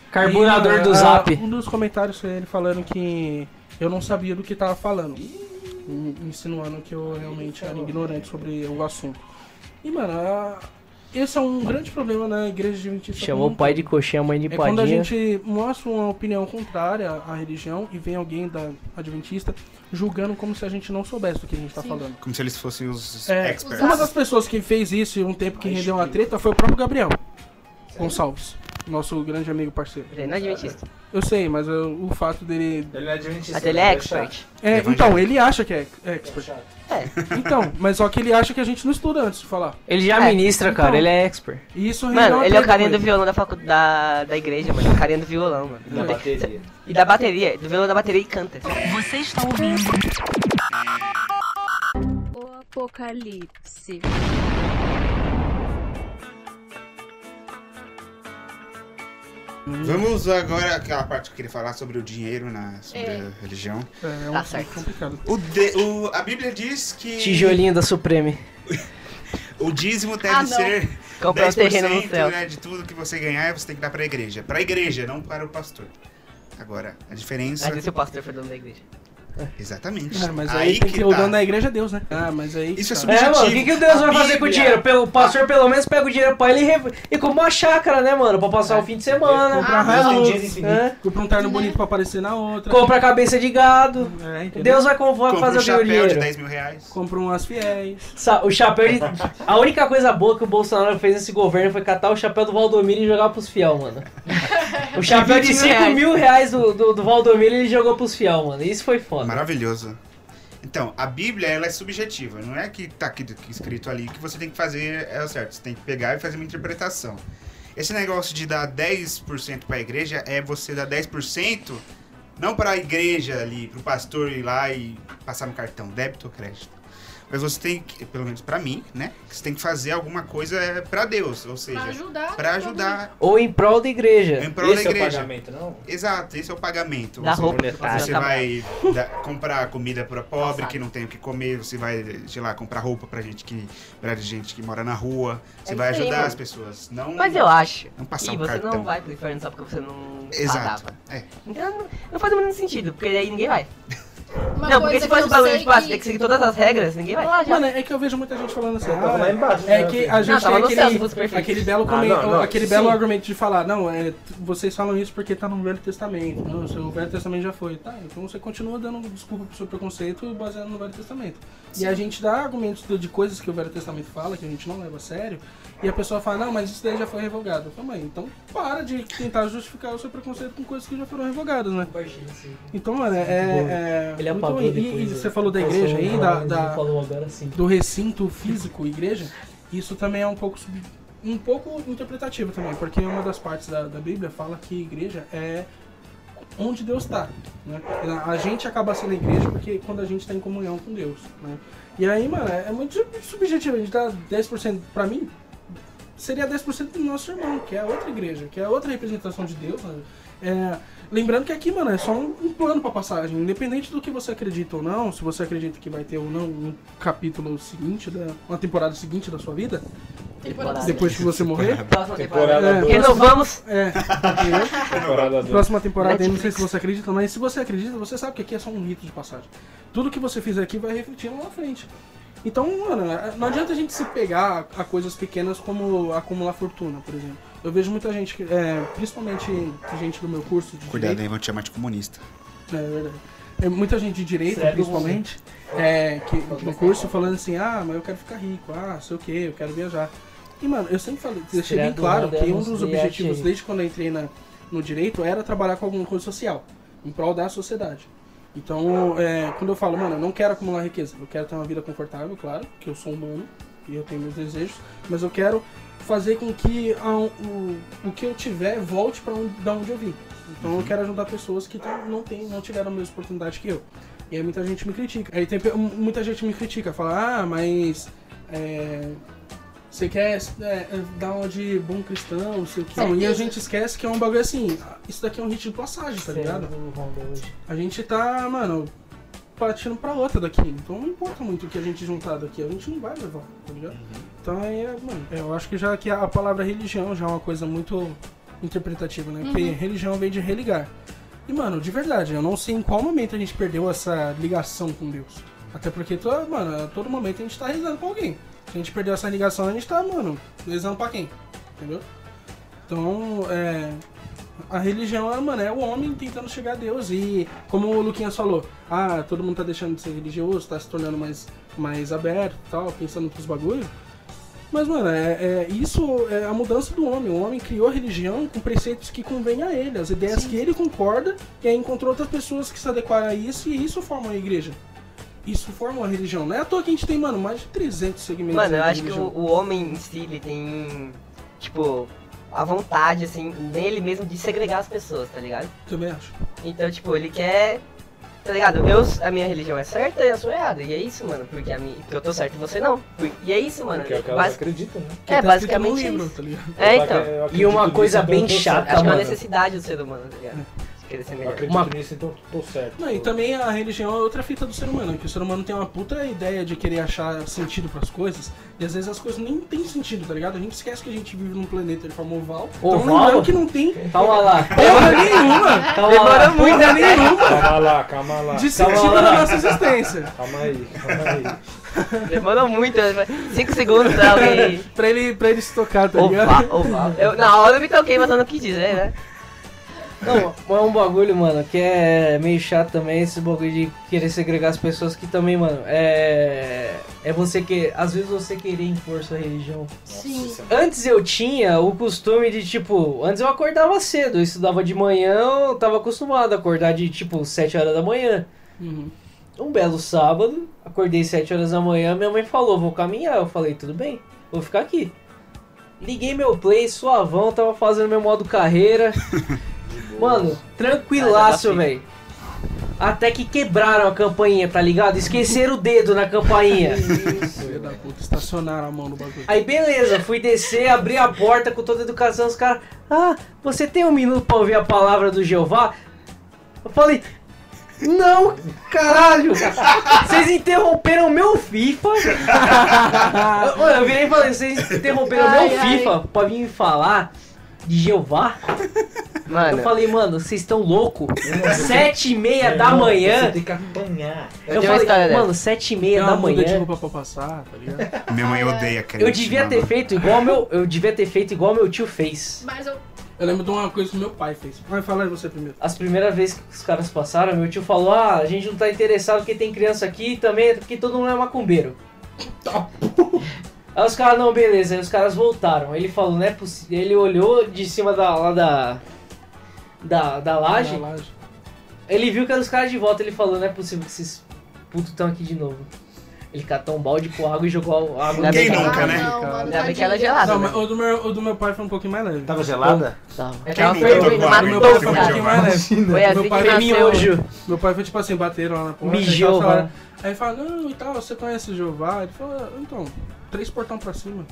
Speaker 2: Carburador
Speaker 5: E,
Speaker 2: do
Speaker 5: ah,
Speaker 2: zap.
Speaker 5: Um dos comentários foi ele falando que eu não sabia do que tava falando. Me- me Insinuando que eu realmente era ignorante sobre o assunto. E, mano, ah, esse é um grande problema na igreja adventista.
Speaker 2: Chamou
Speaker 5: como um
Speaker 2: o pai de
Speaker 5: todo.
Speaker 2: coxinha, a mãe de
Speaker 5: É quando a
Speaker 2: empadinha.
Speaker 5: gente mostra uma opinião contrária à religião e vem alguém da adventista julgando como se a gente não soubesse do que a gente tá falando.
Speaker 1: Como se eles fossem os
Speaker 5: É,
Speaker 1: experts.
Speaker 5: uma das pessoas que fez isso e um tempo que rendeu uma treta foi o próprio Gabriel Gonçalves, nosso grande amigo parceiro.
Speaker 3: Ele não é Adventista.
Speaker 5: Eu sei, mas eu- o fato dele.
Speaker 4: Ele não é adventista.
Speaker 3: Até ele é
Speaker 4: deixa-
Speaker 3: expert.
Speaker 5: É,
Speaker 1: Evangélico.
Speaker 5: então, ele acha que é expert.
Speaker 3: É.
Speaker 5: Então, mas só que ele acha que a gente não estuda antes de falar.
Speaker 2: Ele já
Speaker 3: É,
Speaker 2: ministra, cara,
Speaker 5: então.
Speaker 2: ele é expert.
Speaker 5: E isso rendeu
Speaker 3: Mano,
Speaker 5: uma
Speaker 3: ele é o
Speaker 5: treta
Speaker 3: carinha
Speaker 5: com
Speaker 3: do
Speaker 5: ele.
Speaker 3: violão da faculdade da, da igreja, mano. O carinha do violão, mano.
Speaker 4: Da bateria.
Speaker 3: E da bateria, do violão da bateria e canta.
Speaker 13: O apocalipse.
Speaker 1: Vamos agora àquela parte que eu queria falar sobre o dinheiro na sobre
Speaker 8: É.
Speaker 1: a religião.
Speaker 5: É, é um
Speaker 3: Tá
Speaker 5: assunto
Speaker 3: certo.
Speaker 5: complicado.
Speaker 1: O de- o- a Bíblia diz que
Speaker 2: Tijolinho da Supreme.
Speaker 1: o dízimo deve
Speaker 8: Ah, não.
Speaker 1: ser
Speaker 3: Comprar um terreno no céu.
Speaker 1: né, de tudo que você ganhar, você tem que dar pra igreja. Pra igreja, não para o pastor. Agora, a diferença.
Speaker 3: Às vezes o pastor foi dono da igreja.
Speaker 1: Exatamente.
Speaker 5: Cara, É, mas aí, tem que, o dono da igreja é Deus, né? Ah, mas aí.
Speaker 1: tá. Isso é
Speaker 2: É, mano, o que, que o Deus vai fazer com o dinheiro? Pelo, o pastor pelo menos pega o dinheiro pra ele e, re- e compra uma chácara, né, mano? Pra passar o fim de semana.
Speaker 5: Comprar
Speaker 2: Ah,
Speaker 5: Hilux,
Speaker 4: é.
Speaker 2: né?
Speaker 5: comprar um terno bonito pra aparecer na outra. É,
Speaker 2: Compra a cabeça de gado. Deus vai, com- vai fazer o dinheiro.
Speaker 1: mil reais.
Speaker 5: Compra umas fiéis.
Speaker 2: Sa- O chapéu de... A única coisa boa que o Bolsonaro fez nesse governo foi catar o chapéu do Valdomiro e jogar pros fiel, mano. O chapéu de
Speaker 1: 20
Speaker 2: 5
Speaker 1: reais.
Speaker 2: mil reais do, do, do Valdomiro ele jogou pros fiel, mano. Isso foi foda.
Speaker 1: Maravilhoso. Então, a Bíblia ela é subjetiva, não é que tá aqui, que escrito ali que você tem que fazer é o certo, você tem que pegar e fazer uma interpretação. Esse negócio de dar 10% pra igreja é você dar 10% não pra igreja ali, pro pastor ir lá e passar no cartão, débito ou crédito. Mas você tem que, pelo menos pra mim, né? que Você tem que fazer alguma coisa é, pra Deus, ou seja, pra ajudar, pra ajudar
Speaker 2: Ou em prol da igreja.
Speaker 1: em prol da
Speaker 2: Esse é o
Speaker 1: igreja.
Speaker 2: pagamento,
Speaker 1: não? Exato, esse é o pagamento.
Speaker 2: Da
Speaker 1: você
Speaker 2: roupa.
Speaker 1: você
Speaker 2: Tá
Speaker 1: vai dar- comprar comida para pobre que não tem o que comer, você vai, sei lá, comprar roupa pra gente que pra gente que mora na rua. Você
Speaker 3: É
Speaker 1: vai
Speaker 3: isso aí,
Speaker 1: ajudar
Speaker 3: mano.
Speaker 1: as pessoas, não
Speaker 3: Mas eu acho.
Speaker 1: Não passar
Speaker 3: e
Speaker 1: o
Speaker 3: você
Speaker 1: cartão.
Speaker 3: não vai pro inferno só porque você não
Speaker 1: Exato.
Speaker 3: pagava.
Speaker 1: É.
Speaker 3: Então não, não faz muito sentido, porque aí ninguém vai.
Speaker 5: Uma
Speaker 3: não, porque
Speaker 5: coisa
Speaker 3: se
Speaker 5: que
Speaker 3: fosse
Speaker 5: eu
Speaker 3: um bagulho
Speaker 5: sei
Speaker 3: tipo, ah, você
Speaker 5: que-
Speaker 3: tem que seguir todas as regras, ninguém vai.
Speaker 5: Mano, é que eu vejo muita gente falando assim.
Speaker 3: Eu tava
Speaker 5: ah,
Speaker 3: lá embaixo,
Speaker 5: é
Speaker 3: né,
Speaker 5: que
Speaker 3: filho?
Speaker 5: a gente
Speaker 3: Não, tava no
Speaker 5: tem
Speaker 3: céu, se fosse
Speaker 5: aquele,
Speaker 3: perfeito.
Speaker 5: aquele belo,
Speaker 3: Ah,
Speaker 5: comen-
Speaker 3: não, não,
Speaker 5: aquele belo
Speaker 3: sim.
Speaker 5: argumento de falar, não, é, t- vocês falam isso porque tá no Velho Testamento. Não, o seu Velho Testamento já foi. Tá, então você continua dando desculpa pro seu preconceito baseado no Velho Testamento. E a gente dá argumentos do- de coisas que o Velho Testamento fala, que a gente não leva a sério, e a pessoa fala, não, mas isso daí já foi revogado. Eu falo, mãe, então para de tentar justificar o seu preconceito com coisas que já foram revogadas, né? Então, mano, é. é-
Speaker 2: Ele
Speaker 5: muito
Speaker 2: apagou
Speaker 5: ruim. e,
Speaker 2: depois,
Speaker 5: e
Speaker 2: né?
Speaker 5: você falou da
Speaker 2: Passou
Speaker 5: igreja
Speaker 2: um
Speaker 5: aí, da,
Speaker 2: ano,
Speaker 5: da-
Speaker 2: ele falou agora sim.
Speaker 5: do recinto físico, igreja, isso também é um pouco sub- um pouco interpretativo também, porque uma das partes da, da Bíblia fala que igreja é onde Deus está. Né? A gente acaba sendo igreja porque quando a gente está em comunhão com Deus. Né? E aí, mano, é é muito sub- subjetivo. A gente dá 10% pra mim, seria 10% do nosso irmão, que é outra igreja, que é outra representação de Deus. né? É, lembrando que aqui, mano, é só um, um plano pra passagem. Independente do que você acredita ou não, se você acredita que vai ter ou não um capítulo seguinte, da, uma temporada seguinte da sua vida,
Speaker 3: Temporada.
Speaker 5: depois que você morrer.
Speaker 3: Próxima Tá, temporada. Renovamos.
Speaker 5: É.
Speaker 3: Temporada dois.
Speaker 5: Próxima temporada, eu não sei
Speaker 3: Netflix.
Speaker 5: se você acredita, mas se você acredita, você sabe que aqui é só um rito de passagem. Tudo que você fizer aqui vai refletir lá na frente. Então, mano, não adianta a gente se pegar a coisas pequenas como acumular fortuna, por exemplo. Eu vejo muita gente, que- é, principalmente gente do meu curso de
Speaker 1: Cuidado
Speaker 5: direito,
Speaker 1: aí, vão te chamar de comunista.
Speaker 5: é verdade. É, muita gente de direito,
Speaker 1: Sério,
Speaker 5: principalmente, é, que, no curso falando assim, ah, mas eu quero ficar rico, ah, sei o que, eu quero viajar. E, mano, eu sempre falei, deixei bem
Speaker 2: Tirado
Speaker 5: claro
Speaker 2: nada,
Speaker 5: que um
Speaker 2: não
Speaker 5: dos
Speaker 2: sei,
Speaker 5: objetivos,
Speaker 2: achei.
Speaker 5: desde quando eu entrei na, no direito, era trabalhar com alguma coisa social, em prol da sociedade. Então, é, quando eu falo, mano, eu não quero acumular riqueza, eu quero ter uma vida confortável, claro, que eu sou humano e eu tenho meus desejos, mas eu quero fazer com que a- um, o, o que eu tiver volte para onde, da onde eu vim. Então eu quero ajudar pessoas que tão- não, tem, não tiveram a mesma oportunidade que eu. E aí muita gente me critica. Aí tem pe- muita gente me critica, fala, ah, mas é, você quer é, é, dar uma de bom cristão, não sei o que. Não, e a gente esquece que é um bagulho assim, isso daqui é um ritmo de passagem, tá ligado? A gente tá, mano, partindo pra outra daqui. Então não importa muito o que a gente juntar daqui, a gente não vai levar, tá ligado? Então aí, é, mano, eu acho que já que a palavra religião já é uma coisa muito interpretativa, né? Porque
Speaker 7: Uhum.
Speaker 5: religião vem de religar. E, mano, de verdade, eu não sei em qual momento a gente perdeu essa ligação com Deus. Até porque, to- mano, a todo momento a gente tá rezando pra alguém. Se a gente perdeu essa ligação, a gente tá, mano, rezando pra quem? Entendeu? Então, é, a religião é, mano, é o homem tentando chegar a Deus. E como o Luquinhas falou, ah, todo mundo tá deixando de ser religioso, tá se tornando mais, mais aberto e tal, pensando nos bagulhos. Mas, mano, é, é- isso é a mudança do homem. O homem criou a religião com preceitos que convêm a ele, as ideias que ele concorda, e aí encontrou outras pessoas que se adequaram a isso, e isso forma a igreja. Isso forma a religião. Não é à toa que a gente tem, mano, mais de 300 segmentos
Speaker 3: Mano,
Speaker 5: aí
Speaker 3: eu
Speaker 5: de
Speaker 3: acho que o,
Speaker 5: religião.
Speaker 3: o homem em si, ele tem, tipo, a vontade, assim, nele mesmo de segregar as pessoas, tá ligado?
Speaker 5: Também acho.
Speaker 3: Então, tipo, ele quer, tá ligado? Eu, a minha religião é certa e a sua é errada. E é isso, mano, porque, a minha, porque eu tô certo e você não. E é isso, mano.
Speaker 4: Porque é o que elas
Speaker 3: Bas-
Speaker 4: acreditam, né?
Speaker 3: É,
Speaker 5: tá
Speaker 3: basicamente isso. É, então.
Speaker 2: E uma coisa bem chata,
Speaker 4: então
Speaker 3: Acho que é uma
Speaker 2: mano.
Speaker 3: necessidade do ser humano, tá ligado? querer ser
Speaker 4: Eu
Speaker 3: melhor.
Speaker 4: acredito
Speaker 3: Uma-
Speaker 4: nisso, então tô certo.
Speaker 5: Não, e também a religião é outra fita do ser humano, que o ser humano tem uma puta ideia de querer achar sentido pras coisas, e às vezes as coisas nem têm sentido, tá ligado? A gente esquece que a gente vive num planeta de forma oval. Então
Speaker 2: Oval?
Speaker 5: lembrando que não tem
Speaker 2: Calma lá.
Speaker 5: porra nenhuma.
Speaker 2: Calma
Speaker 5: Demora
Speaker 2: lá.
Speaker 5: muito porra nenhuma
Speaker 4: Calma lá, calma lá.
Speaker 5: de
Speaker 4: calma
Speaker 5: sentido
Speaker 4: lá.
Speaker 5: da nossa existência.
Speaker 4: Calma aí, calma aí.
Speaker 3: Demorou muito, 5 segundos pra alguém.
Speaker 5: pra, ele, pra ele se tocar, tá
Speaker 3: Oval,
Speaker 2: ligado?
Speaker 3: oval. Eu, na hora eu me toquei, mas eu não quis dizer, né?
Speaker 2: Não, mas é um bagulho, mano, que é meio chato também, esse bagulho de querer segregar as pessoas que também, mano, é. É você que. Às vezes você querer impor sua religião.
Speaker 8: Sim.
Speaker 2: Antes eu tinha o costume de, tipo, antes eu acordava cedo, eu estudava de manhã, eu tava acostumado a acordar de, tipo, 7 horas da manhã.
Speaker 5: Uhum.
Speaker 2: Um belo sábado, acordei 7 horas da manhã, minha mãe falou, vou caminhar. Eu falei, tudo bem, vou ficar aqui. Liguei meu play, suavão, tava fazendo meu modo carreira. Mano, tranquilaço, velho. Até que quebraram a campainha, tá ligado? Esqueceram o dedo na campainha.
Speaker 5: Filho da puta, estacionaram a mão no bagulho.
Speaker 2: Aí é beleza, fui descer, abri a porta com toda a educação, os caras. Ah, você tem um minuto pra ouvir a palavra do Jeová? Eu falei. Não, caralho! Vocês interromperam meu FIFA? eu, mano, eu virei e falei, vocês interromperam
Speaker 8: Ai,
Speaker 2: meu
Speaker 8: ai.
Speaker 2: FIFA pra vir me falar de Jeová?
Speaker 3: Mano.
Speaker 2: Eu falei, mano, vocês estão loucos? Sete e meia da
Speaker 4: Irmão,
Speaker 2: manhã.
Speaker 4: Você tem que apanhar.
Speaker 2: Eu,
Speaker 3: tenho uma
Speaker 2: falei,
Speaker 3: história dessa.
Speaker 2: mano, sete e meia
Speaker 5: Não,
Speaker 2: da
Speaker 5: não deu
Speaker 2: manhã.
Speaker 5: desculpa pra passar, tá ligado?
Speaker 1: Minha mãe odeia crente.
Speaker 2: Eu devia ter
Speaker 1: mano.
Speaker 2: feito igual meu, eu devia ter feito igual meu tio fez.
Speaker 8: Mas eu.
Speaker 5: Eu lembro de uma coisa que meu pai fez. Vai falar de você primeiro.
Speaker 2: As primeiras vezes que os caras passaram, meu tio falou: "Ah, a gente não tá interessado porque tem criança aqui e também, porque todo mundo é macumbeiro". Aí os caras, não, beleza, aí os caras voltaram. Ele falou, né, ele olhou de cima da lá da da, da laje,
Speaker 5: Na laje.
Speaker 2: Ele viu que eram os caras de volta, ele falou, não é possível que esses putos estão aqui de novo. Ele catou um balde com água e jogou a água
Speaker 3: Ainda bem
Speaker 1: Quem
Speaker 3: que-
Speaker 1: nunca,
Speaker 8: ah,
Speaker 1: né?
Speaker 8: Não, mano,
Speaker 3: Ainda bem que ela é
Speaker 8: tadinha.
Speaker 2: Ah,
Speaker 3: gelada.
Speaker 5: Não,
Speaker 3: né?
Speaker 5: mas o do, meu, o do meu pai foi um pouquinho mais leve.
Speaker 4: Tava gelada?
Speaker 5: É
Speaker 3: Eu
Speaker 1: Quem
Speaker 3: tava
Speaker 1: nunca
Speaker 3: fervendo,
Speaker 1: tocou
Speaker 5: O do meu pai foi um
Speaker 1: Imagina.
Speaker 5: pouquinho mais leve.
Speaker 3: Foi
Speaker 5: Meu
Speaker 3: assim que
Speaker 5: pai-
Speaker 3: nasceu.
Speaker 2: Miojo.
Speaker 5: Meu pai foi tipo assim, bateram lá na porta. e tal,
Speaker 2: Mijou,
Speaker 5: falaram-
Speaker 2: né?
Speaker 5: Aí fala, não, e tal, você conhece Jeová? Ele falou, "Ah, então, três portão pra cima.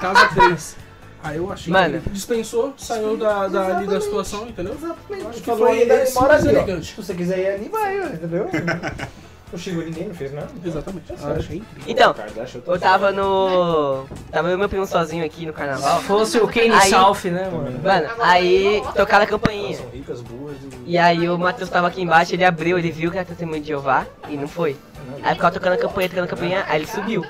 Speaker 5: Casa três. Aí eu achei
Speaker 3: Mano.
Speaker 5: que ele dispensou, saiu da, da, ali da situação, entendeu? Exatamente. Acho que
Speaker 4: Falou
Speaker 5: foi
Speaker 4: ainda, ele mora
Speaker 5: simples e
Speaker 4: ali, ó.
Speaker 5: elegante.
Speaker 4: Se você quiser ir ali, vai, ó, entendeu? Não xingou ninguém, não fez nada.
Speaker 5: Exatamente.
Speaker 4: Tá certo.
Speaker 5: Achei.
Speaker 3: Então,
Speaker 4: Kardashian, eu tô-
Speaker 3: eu tava no. Tava eu e meu primo sozinho aqui no carnaval.
Speaker 2: Fosse o Kane
Speaker 3: Aí-
Speaker 2: South, né, mano?
Speaker 3: Mano, aí tocaram a campainha.
Speaker 4: Elas são ricas, burras e...
Speaker 3: E aí o Matheus tava aqui embaixo, ele abriu, ele viu que era testemunho de Jeová e não foi. Aí ficava tocando a campainha, tocando a campainha, aí ele subiu.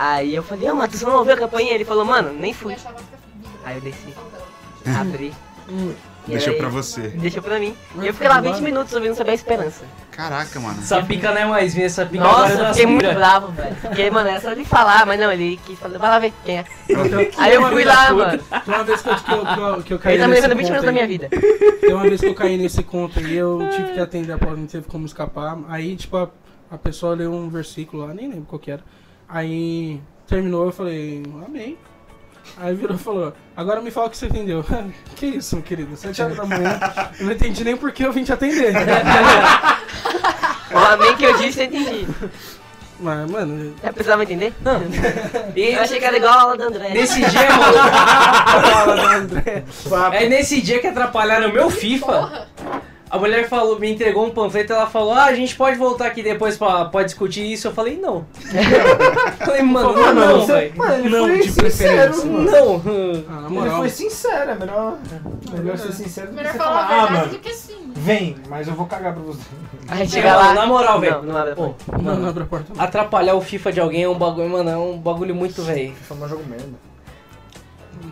Speaker 3: Aí eu falei, ah, Matheus, você não ouviu a campainha? Ele falou, mano, nem fui. Aí eu desci, abri. E
Speaker 1: Deixou
Speaker 3: aí-
Speaker 1: pra você.
Speaker 3: Deixou pra mim. E eu fiquei lá 20 minutos ouvindo sobre a esperança.
Speaker 1: Caraca, mano.
Speaker 2: Essa pica não é mais minha, essa pica agora é
Speaker 3: Nossa, eu
Speaker 2: das
Speaker 3: fiquei muito
Speaker 2: puras.
Speaker 3: bravo, velho. Porque, mano, era só ele falar, mas não, ele que falou, vai lá ver quem é.
Speaker 5: Então,
Speaker 3: Aí eu
Speaker 5: uma
Speaker 3: fui
Speaker 5: vez-
Speaker 3: lá, mano.
Speaker 5: Tem uma vez que eu, que eu, que eu, que eu caí
Speaker 3: Ele tá me
Speaker 5: nesse
Speaker 3: levando 20 minutos
Speaker 5: ponto
Speaker 3: da
Speaker 5: aí.
Speaker 3: minha vida.
Speaker 5: Tem uma vez que eu caí nesse conto aí, eu tive que atender a porta, não teve como escapar. Aí, tipo, a, a pessoa leu um versículo lá, nem lembro qual que era. Aí terminou, eu falei, amém. Aí virou e falou, agora me fala o que você entendeu. que isso, meu querido, sete horas da manhã, eu não entendi nem por que eu vim te atender.
Speaker 3: O amém que eu disse, eu entendi.
Speaker 5: Mas, mano,
Speaker 3: Já precisava entender?
Speaker 2: Não. E
Speaker 3: Eu achei que era igual a aula da André.
Speaker 2: É nesse dia, mano.
Speaker 5: fala da André.
Speaker 2: É nesse dia que atrapalharam o meu FIFA. A mulher falou, me entregou um panfleto, ela falou, ah, a gente pode voltar aqui depois pra, pra discutir isso. Eu falei, não. Eu falei, mano, não, não, velho.
Speaker 4: Ah, Mano,
Speaker 5: Não,
Speaker 4: ele
Speaker 5: de
Speaker 4: foi sincero,
Speaker 5: preferência,
Speaker 4: mano.
Speaker 2: Não.
Speaker 5: Ah, na
Speaker 4: Ele
Speaker 5: moral,
Speaker 4: foi sincero, é melhor, melhor ser sincero do que
Speaker 8: Melhor
Speaker 4: você
Speaker 8: falar a
Speaker 4: falar, ah,
Speaker 8: verdade
Speaker 4: mano,
Speaker 8: do que sim.
Speaker 4: vem, mas eu vou cagar pra você.
Speaker 3: Aí chega
Speaker 2: Não,
Speaker 3: lá.
Speaker 2: na moral,
Speaker 3: Não,
Speaker 2: velho.
Speaker 3: não abre a porta.
Speaker 2: Pô,
Speaker 5: não, não abre a porta. não.
Speaker 2: Atrapalhar o FIFA de alguém é um bagulho, mano, é um bagulho muito, velho.
Speaker 4: Foi um jogo merda.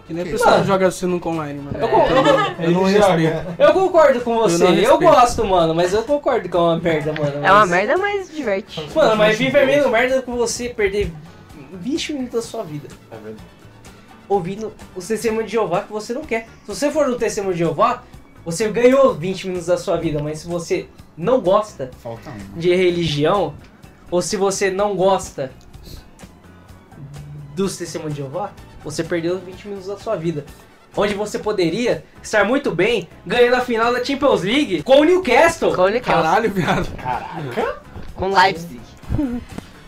Speaker 5: Que nem a pessoa que joga sinuca online, mano.
Speaker 2: Eu, con- eu con-
Speaker 5: Eu não
Speaker 4: Ele é um joga.
Speaker 5: respeito.
Speaker 2: eu concordo com você,
Speaker 5: Eu não
Speaker 2: eu,
Speaker 5: respeito.
Speaker 2: gosto, mano, mas eu concordo que é uma merda, mano.
Speaker 3: É uma
Speaker 2: mas-
Speaker 3: merda, mas diverte.
Speaker 2: Mano, mas FIFA é menos merda que você perder 20 minutos da sua vida
Speaker 4: É verdade.
Speaker 2: ouvindo o testemunho de Jeová que você não quer. Se você for no testemunho de Jeová, você ganhou 20 minutos da sua vida, mas se você não gosta
Speaker 1: Falta um.
Speaker 2: de religião, ou se você não gosta dos testemunhos de Jeová, você perdeu 20 minutos da sua vida. Onde você poderia estar muito bem ganhando a final da Champions League com o Newcastle.
Speaker 3: Com o Nickel,
Speaker 5: Caralho, viado.
Speaker 3: com Leipzig.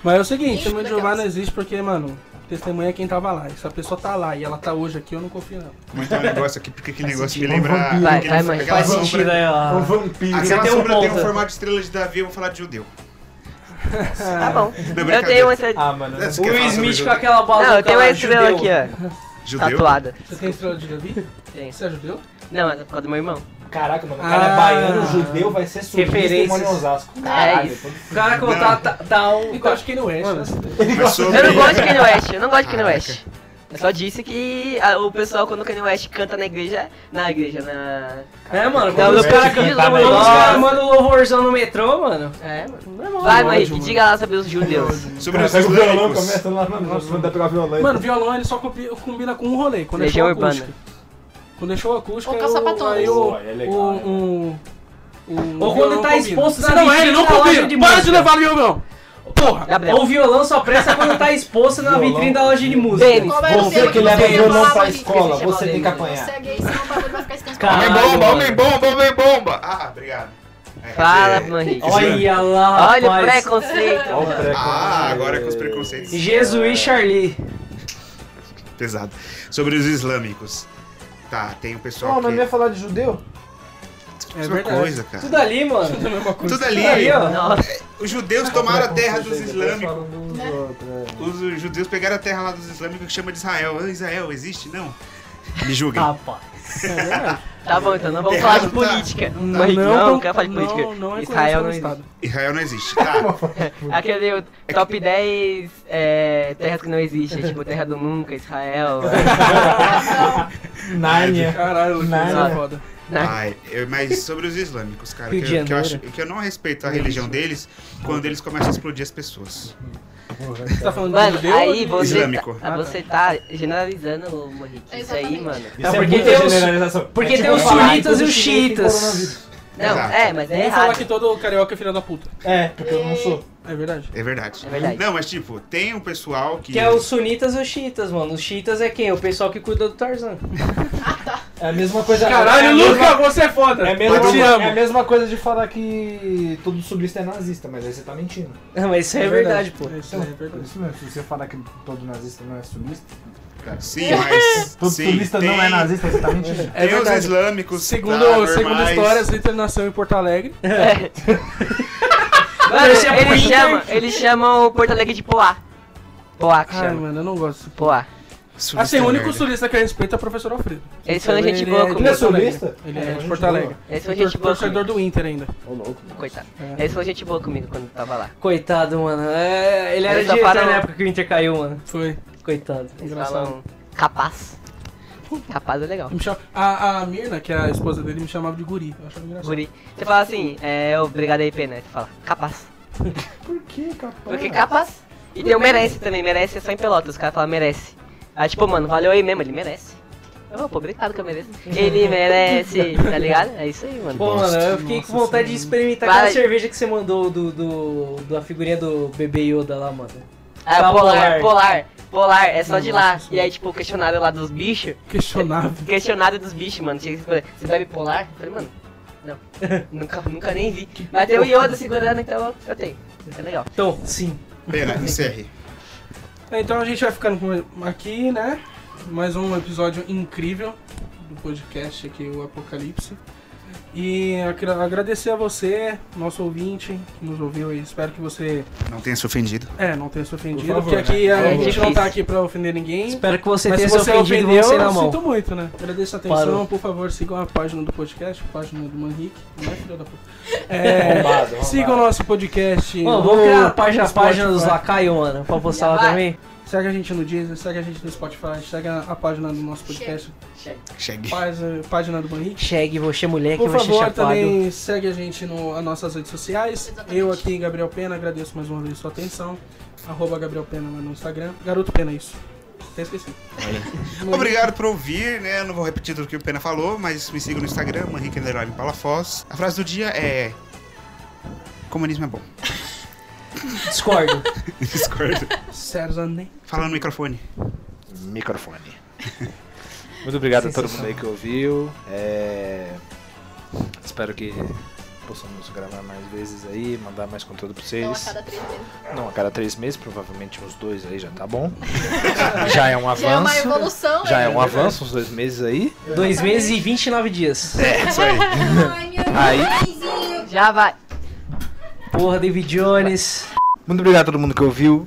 Speaker 5: Mas é o seguinte,
Speaker 8: Ixi,
Speaker 5: é o meu
Speaker 8: legal.
Speaker 5: Giovanna existe porque, mano, Testemunha é quem tava lá. Se a pessoa tá lá e ela tá hoje aqui, eu não confio nela.
Speaker 1: Comentar um negócio aqui, porque que negócio me
Speaker 5: sentido. Um
Speaker 1: lembra.
Speaker 5: vampiro. Vai,
Speaker 1: aquele-
Speaker 5: vai, mãe.
Speaker 1: aquela
Speaker 5: Faz
Speaker 1: sombra-
Speaker 5: sentido aí, ó.
Speaker 2: Ah.
Speaker 5: Um vampiro.
Speaker 1: Aquela
Speaker 5: Você tem um
Speaker 1: sombra tem um
Speaker 5: ponto.
Speaker 1: formato de estrela de Davi, eu vou falar de judeu.
Speaker 3: Tá bom.
Speaker 1: Não, é
Speaker 3: Eu
Speaker 1: brincadeira.
Speaker 3: tenho um- uma estrela.
Speaker 1: Ah, mano. Você quer
Speaker 2: Will
Speaker 1: falar sobre
Speaker 2: Smith com
Speaker 1: judeu?
Speaker 2: aquela bola
Speaker 3: Não, eu tenho uma estrela aqui, ó.
Speaker 1: Judeu?
Speaker 3: Tatuada.
Speaker 5: Você tem estrela de Davi?
Speaker 3: Tem.
Speaker 5: Você é judeu?
Speaker 3: Não, é por causa do meu irmão.
Speaker 7: Caraca, mano, o cara é baiano, judeu, vai ser surfista e mora em Osasco. Caralho,
Speaker 3: É isso.
Speaker 7: todo-
Speaker 2: O cara
Speaker 7: Não.
Speaker 2: contar tá, tá um.
Speaker 5: Eu acho que ele não é. né?
Speaker 3: Eu não gosto de Kanye West, eu não gosto de Kanye West. Eu só disse que ah, o pessoal, quando o Kanye West canta na igreja, na igreja, na...
Speaker 2: É, mano,
Speaker 3: Não,
Speaker 2: quando os
Speaker 3: Tá no
Speaker 2: caras
Speaker 3: pedido,
Speaker 2: cantam,
Speaker 3: no
Speaker 2: quando os caras
Speaker 3: negócio.
Speaker 2: mandam louvorzão no metrô, mano.
Speaker 3: É, mano.
Speaker 2: Não é mó
Speaker 3: Vai,
Speaker 2: ódio,
Speaker 3: mãe,
Speaker 2: mano.
Speaker 3: diga lá sobre os judeus.
Speaker 1: Sobre os
Speaker 7: Pega o violão,
Speaker 1: judeus.
Speaker 7: começa lá, mano, manda pegar o violão. aí.
Speaker 4: tá-
Speaker 5: Mano, violão ele só combi- combina com um rolê. Quando
Speaker 3: Legião
Speaker 5: deixou o acústico.
Speaker 3: Urbana.
Speaker 5: Quando é deixou o acústico,
Speaker 8: Ou
Speaker 5: aí
Speaker 8: Caçapatões.
Speaker 5: o, aí o,
Speaker 7: Pô, é legal,
Speaker 5: o-
Speaker 7: né?
Speaker 5: um- um
Speaker 2: Ou quando
Speaker 5: violão
Speaker 2: tá
Speaker 5: combina.
Speaker 2: exposto na
Speaker 5: Você não é, ele
Speaker 2: vitrine
Speaker 5: não
Speaker 2: da loja
Speaker 5: combina.
Speaker 2: de
Speaker 5: Para de
Speaker 2: música.
Speaker 5: levar violão. Porra.
Speaker 3: Gabriel.
Speaker 2: Ou o violão só presta quando tá exposto na vitrine da loja de música.
Speaker 3: Tênis.
Speaker 8: Como era o
Speaker 7: Você
Speaker 8: tema
Speaker 7: que
Speaker 8: do
Speaker 7: leva
Speaker 8: tema, eu
Speaker 7: violão
Speaker 8: falava
Speaker 7: pra
Speaker 8: ali.
Speaker 7: escola,
Speaker 3: Deixa eu
Speaker 7: você
Speaker 3: chamar
Speaker 7: tem que
Speaker 3: dele.
Speaker 8: Você
Speaker 7: apanhar.
Speaker 8: é gay, senão o bagulho vai ficar esquentado.
Speaker 2: Caralho,
Speaker 1: Homem bomba,
Speaker 2: mano.
Speaker 1: homem bomba, homem bomba. Ah, obrigado. É,
Speaker 3: Fala,
Speaker 1: é-
Speaker 3: mãe.
Speaker 2: Olha lá,
Speaker 3: Olha o
Speaker 2: rapaz.
Speaker 3: preconceito,
Speaker 7: Olha o
Speaker 3: mano.
Speaker 7: treco.
Speaker 1: Ah, agora com os preconceitos.
Speaker 2: Jesus e Charlie.
Speaker 1: Pesado. Sobre os islâmicos. Tá, tem o pessoal
Speaker 4: Não,
Speaker 1: que...
Speaker 4: mas não ia falar de judeu?
Speaker 5: É
Speaker 1: mesma
Speaker 5: verdade.
Speaker 1: coisa, cara.
Speaker 2: Tudo ali, mano.
Speaker 5: É a mesma coisa.
Speaker 1: Tudo ali.
Speaker 2: Tudo ali, ó.
Speaker 1: Os judeus tomaram
Speaker 4: é
Speaker 1: a terra
Speaker 7: é
Speaker 1: dos
Speaker 4: Depois
Speaker 1: islâmicos.
Speaker 4: falam dos
Speaker 7: Né?
Speaker 4: outros, é.
Speaker 1: Os judeus pegaram a terra lá dos islâmicos que chama de Israel. Ah, Israel existe? Não. Me julguem.
Speaker 2: Rapaz.
Speaker 3: Tá bom, então não vamos
Speaker 1: Errado
Speaker 3: falar de
Speaker 1: tá.
Speaker 3: política. Mãe, não, não quero falar de política.
Speaker 5: Não, não é
Speaker 3: Israel não
Speaker 5: conhecido como
Speaker 3: existe.
Speaker 5: Estado.
Speaker 1: Israel não existe. Tá.
Speaker 3: Aquele top 10 é, terras que não existem, tipo Terra do Nunca, Israel.
Speaker 7: Nárnia.
Speaker 5: Caralho, Luiz,
Speaker 7: Nada.
Speaker 5: isso é foda.
Speaker 1: Ai, eu- mas sobre os islâmicos, cara,
Speaker 2: Rio
Speaker 1: que
Speaker 2: de
Speaker 1: eu, que eu
Speaker 2: Janeiro.
Speaker 1: acho, que eu não respeito a religião deles quando eles começam a explodir as pessoas.
Speaker 5: Você tá falando de
Speaker 3: Mano,
Speaker 5: judeu? ou
Speaker 3: aí
Speaker 5: de-
Speaker 3: você
Speaker 1: Islâmico.
Speaker 3: tá, ah, você tá generalizando, ô, Monique. Isso aí,
Speaker 8: Exatamente.
Speaker 3: mano.
Speaker 7: Isso é
Speaker 2: porque
Speaker 7: muita
Speaker 2: tem os-
Speaker 7: generalização.
Speaker 2: porque
Speaker 7: É tipo
Speaker 2: tem os
Speaker 7: falar que
Speaker 2: sunitas
Speaker 7: todo
Speaker 2: e os
Speaker 7: chinês tem
Speaker 2: chiitas.
Speaker 7: coronavírus.
Speaker 3: Não,
Speaker 1: Exato.
Speaker 3: é, mas é
Speaker 5: Nem falar que
Speaker 3: errado.
Speaker 5: todo carioca é filha da puta.
Speaker 7: É, porque eu não sou.
Speaker 5: É verdade.
Speaker 1: É verdade.
Speaker 3: É verdade.
Speaker 1: Não, mas tipo, tem um pessoal que.
Speaker 2: Que é os sunitas e os chiitas, mano. Os chiitas é quem? O pessoal que cuida do Tarzan.
Speaker 7: É a mesma coisa. é a
Speaker 5: Caralho,
Speaker 7: mesma-
Speaker 5: Luca, você é foda.
Speaker 7: É a,
Speaker 5: Eu te
Speaker 7: mesma,
Speaker 5: amo.
Speaker 7: é a mesma coisa de falar que todo sulista é nazista, mas aí você tá mentindo.
Speaker 2: Não, mas isso é,
Speaker 4: É
Speaker 2: verdade,
Speaker 4: verdade.
Speaker 2: pô.
Speaker 5: É, isso é
Speaker 4: Por
Speaker 5: verdade.
Speaker 4: isso mesmo, se você falar que todo nazista não é sulista,
Speaker 1: Sim, mas.
Speaker 4: todo
Speaker 1: sim,
Speaker 4: sulista não é
Speaker 1: tem-
Speaker 4: nazista, você tá mentindo.
Speaker 5: É
Speaker 1: tem os
Speaker 5: verdade.
Speaker 1: islâmicos.
Speaker 5: Segundo,
Speaker 1: tá,
Speaker 5: segundo
Speaker 1: normais.
Speaker 5: histórias, Hitler nasceu em Porto Alegre.
Speaker 3: É. Mano,
Speaker 2: Esse é pro
Speaker 3: eles
Speaker 2: Inter.
Speaker 3: chamam, eles chamam o Porto Alegre de Poá. Poá que
Speaker 5: Ai,
Speaker 3: chama.
Speaker 5: mano, eu não gosto.
Speaker 3: Poá.
Speaker 1: Sulista
Speaker 5: Assim,
Speaker 1: é
Speaker 5: o único
Speaker 1: merda.
Speaker 5: sulista que eu respeito é o professor Alfredo.
Speaker 3: Eles foram gente
Speaker 5: Ele
Speaker 3: boa
Speaker 5: de
Speaker 4: é
Speaker 3: comigo.
Speaker 5: Porto Alegre.
Speaker 7: Sulista?
Speaker 5: Ele
Speaker 7: É,
Speaker 5: é de
Speaker 7: gente
Speaker 5: Porto
Speaker 7: boa.
Speaker 5: Alegre.
Speaker 3: Eles foram gente
Speaker 5: Tor-
Speaker 3: boa
Speaker 5: Torcedor
Speaker 3: comigo.
Speaker 5: do Inter ainda.
Speaker 7: Ô louco, mano.
Speaker 3: Coitado.
Speaker 5: É.
Speaker 3: Eles foram gente boa comigo quando tava lá.
Speaker 2: Coitado, mano. É, ele era
Speaker 3: Eles só
Speaker 2: diretor
Speaker 3: param-
Speaker 2: na época que o Inter caiu, mano.
Speaker 5: Foi.
Speaker 2: Coitado.
Speaker 3: Eles
Speaker 5: Engraçado.
Speaker 3: falam capaz. Capaz é legal.
Speaker 5: Me chama- a, a Mirna, que é a esposa dele, me chamava de guri. Eu achava engraçado.
Speaker 3: Guri. Você fala assim, é, obrigado aí, Pena. Você fala, capaz.
Speaker 4: Por que, capaz?
Speaker 3: Porque capaz. E tem o merece também, merece é só em pelota, os caras falam merece. Aí tipo, mano, valeu aí mesmo, ele merece. Eu vou, pô, obrigado que eu mereço. Ele merece, tá ligado? É isso aí, mano.
Speaker 2: Pô, mano, eu fiquei
Speaker 4: Nossa
Speaker 2: com vontade de
Speaker 4: Senhora.
Speaker 2: experimentar
Speaker 3: Vai.
Speaker 2: aquela cerveja que você mandou do, do, da figurinha do bebê Yoda lá, mano.
Speaker 3: Ah,
Speaker 2: tá
Speaker 3: polar,
Speaker 2: polar.
Speaker 3: polar, polar, é só de lá. E aí, tipo, o questionário lá dos bichos,
Speaker 5: Questionável.
Speaker 3: questionário dos bichos, mano. Tinha que escolher, você bebe polar? Eu falei, mano, não, nunca, nunca nem vi. Mas tem o Yoda segurando, então eu tenho. Isso é legal.
Speaker 2: Então, sim.
Speaker 1: Pena, encerre.
Speaker 5: Então a gente vai ficando com- aqui, né? Mais um episódio incrível do podcast aqui, o Apocalipse. E eu quero agradecer a você, nosso ouvinte, que nos ouviu e espero que você
Speaker 1: Não tenha se ofendido.
Speaker 5: é, não tenha se ofendido,
Speaker 7: Por favor,
Speaker 5: porque aqui
Speaker 7: né?
Speaker 5: a
Speaker 3: É
Speaker 5: gente não
Speaker 3: difícil.
Speaker 5: tá aqui pra ofender ninguém.
Speaker 2: Espero que você
Speaker 5: Mas
Speaker 2: tenha
Speaker 5: se
Speaker 2: se
Speaker 5: você
Speaker 2: ofendido
Speaker 5: ofendeu,
Speaker 2: vamos sair na
Speaker 5: eu
Speaker 2: mão.
Speaker 5: sinto muito, né? Agradeço a atenção,
Speaker 2: Parou.
Speaker 5: por favor, sigam a página do podcast, a página do Manrique. Não é filho da puta. É, sigam o nosso podcast.
Speaker 2: Mano,
Speaker 5: no
Speaker 2: vamos criar a página, a
Speaker 5: Spotify.
Speaker 2: página dos lacaios, mano, pra postar lá
Speaker 3: Vai.
Speaker 2: também.
Speaker 5: Segue a gente no Deezer, segue a gente no Spotify, segue a, a página do nosso podcast,
Speaker 1: Chegue.
Speaker 5: faz a página do Manrique.
Speaker 2: Chegue, você é moleque,
Speaker 5: Por
Speaker 2: você
Speaker 5: favor,
Speaker 2: chapado.
Speaker 5: também segue a gente no, nas nossas redes sociais.
Speaker 8: Exatamente.
Speaker 5: Eu aqui, Gabriel Pena, agradeço mais uma vez sua atenção. Arroba Gabriel Pena lá no Instagram. Garoto Pena, isso. Até esqueci.
Speaker 1: Obrigado por ouvir, né? Eu não vou repetir tudo que o Pena falou, mas me sigam no Instagram, Henrique Underline Palafoz. A frase do dia é. Comunismo é bom.
Speaker 2: Discordo.
Speaker 1: Discordo.
Speaker 5: Sérgio Zanin.
Speaker 1: Fala no microfone.
Speaker 9: Microfone. Muito obrigado a todo mundo aí que ouviu. É, Espero que
Speaker 4: possamos gravar mais vezes aí, mandar mais conteúdo pra vocês.
Speaker 8: Não a cada três meses.
Speaker 4: Não, a cada três meses, provavelmente uns dois aí já tá bom. já é um avanço.
Speaker 8: Já é uma evolução,
Speaker 4: Já
Speaker 8: hein?
Speaker 4: é um avanço, uns dois meses aí.
Speaker 2: Dois meses e 29 dias.
Speaker 4: É, isso aí. Aí.
Speaker 3: Já vai.
Speaker 2: Porra, David Jones.
Speaker 4: Muito obrigado a todo mundo que ouviu.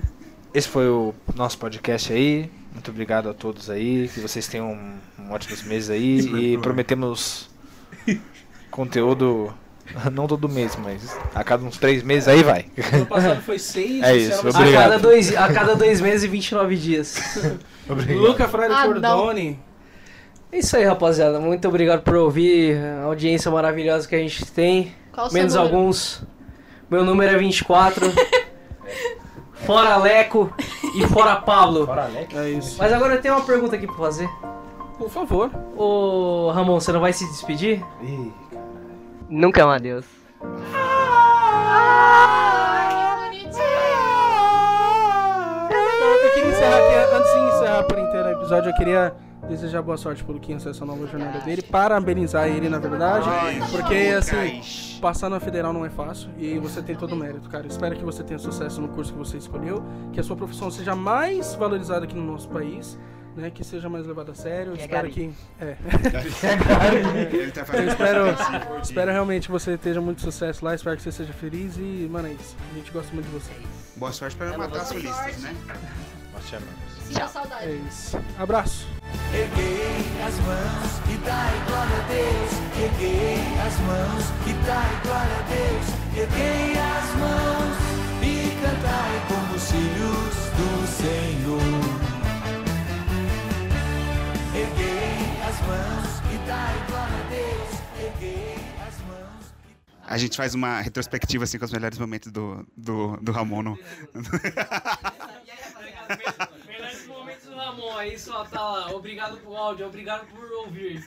Speaker 4: Esse foi o nosso podcast aí. Muito obrigado a todos aí. Que vocês tenham um, um ótimos meses aí. E prometemos conteúdo. Não todo mês, mas a cada uns três meses aí vai.
Speaker 5: Ano passado foi seis.
Speaker 4: É
Speaker 5: esse
Speaker 4: isso,
Speaker 5: ano
Speaker 4: obrigado.
Speaker 2: A cada, dois, a cada dois meses e 29 dias.
Speaker 5: Luca Freire
Speaker 8: Ah, não.
Speaker 5: Cordoni.
Speaker 2: É isso aí, rapaziada. Muito obrigado por ouvir a audiência maravilhosa que a gente tem.
Speaker 8: Qual o seu
Speaker 2: Menos
Speaker 8: número?
Speaker 2: alguns. Meu número é 24. fora Leco e fora Pablo.
Speaker 5: É isso.
Speaker 2: Mas agora eu tenho uma pergunta aqui pra fazer.
Speaker 5: Por favor.
Speaker 2: Ô Ramon, você não vai se despedir?
Speaker 4: Ih,
Speaker 3: Nunca é um adeus.
Speaker 5: Não, eu queria encerrar aqui, antes de encerrar por inteiro o episódio, eu queria desejar boa sorte pro Luquinhas nessa nova jornada dele, parabenizar ele, na verdade, porque, assim, passar na Federal não é fácil, e você tem todo o mérito, cara. Espero que você tenha sucesso no curso que você escolheu, que a sua profissão seja mais valorizada aqui no nosso país, né, que seja mais levada a sério,
Speaker 3: Que é
Speaker 5: espero
Speaker 3: garim.
Speaker 5: que... É.
Speaker 1: Ele tá
Speaker 5: Eu
Speaker 1: fazendo
Speaker 5: espero,
Speaker 1: assim, por
Speaker 5: espero
Speaker 1: dia.
Speaker 5: realmente que você esteja muito sucesso lá, espero que você seja feliz e, mano, é isso. A gente gosta muito de você.
Speaker 1: Boa sorte pra matar solistas, né?
Speaker 4: nós te amamos.
Speaker 8: Sinta saudade.
Speaker 5: É isso. Abraço.
Speaker 1: A gente faz uma retrospectiva assim com os melhores momentos do, do, do Ramon. no-
Speaker 2: Melhores momentos do Ramon, É aí só tá lá. Obrigado pro áudio, obrigado por ouvir.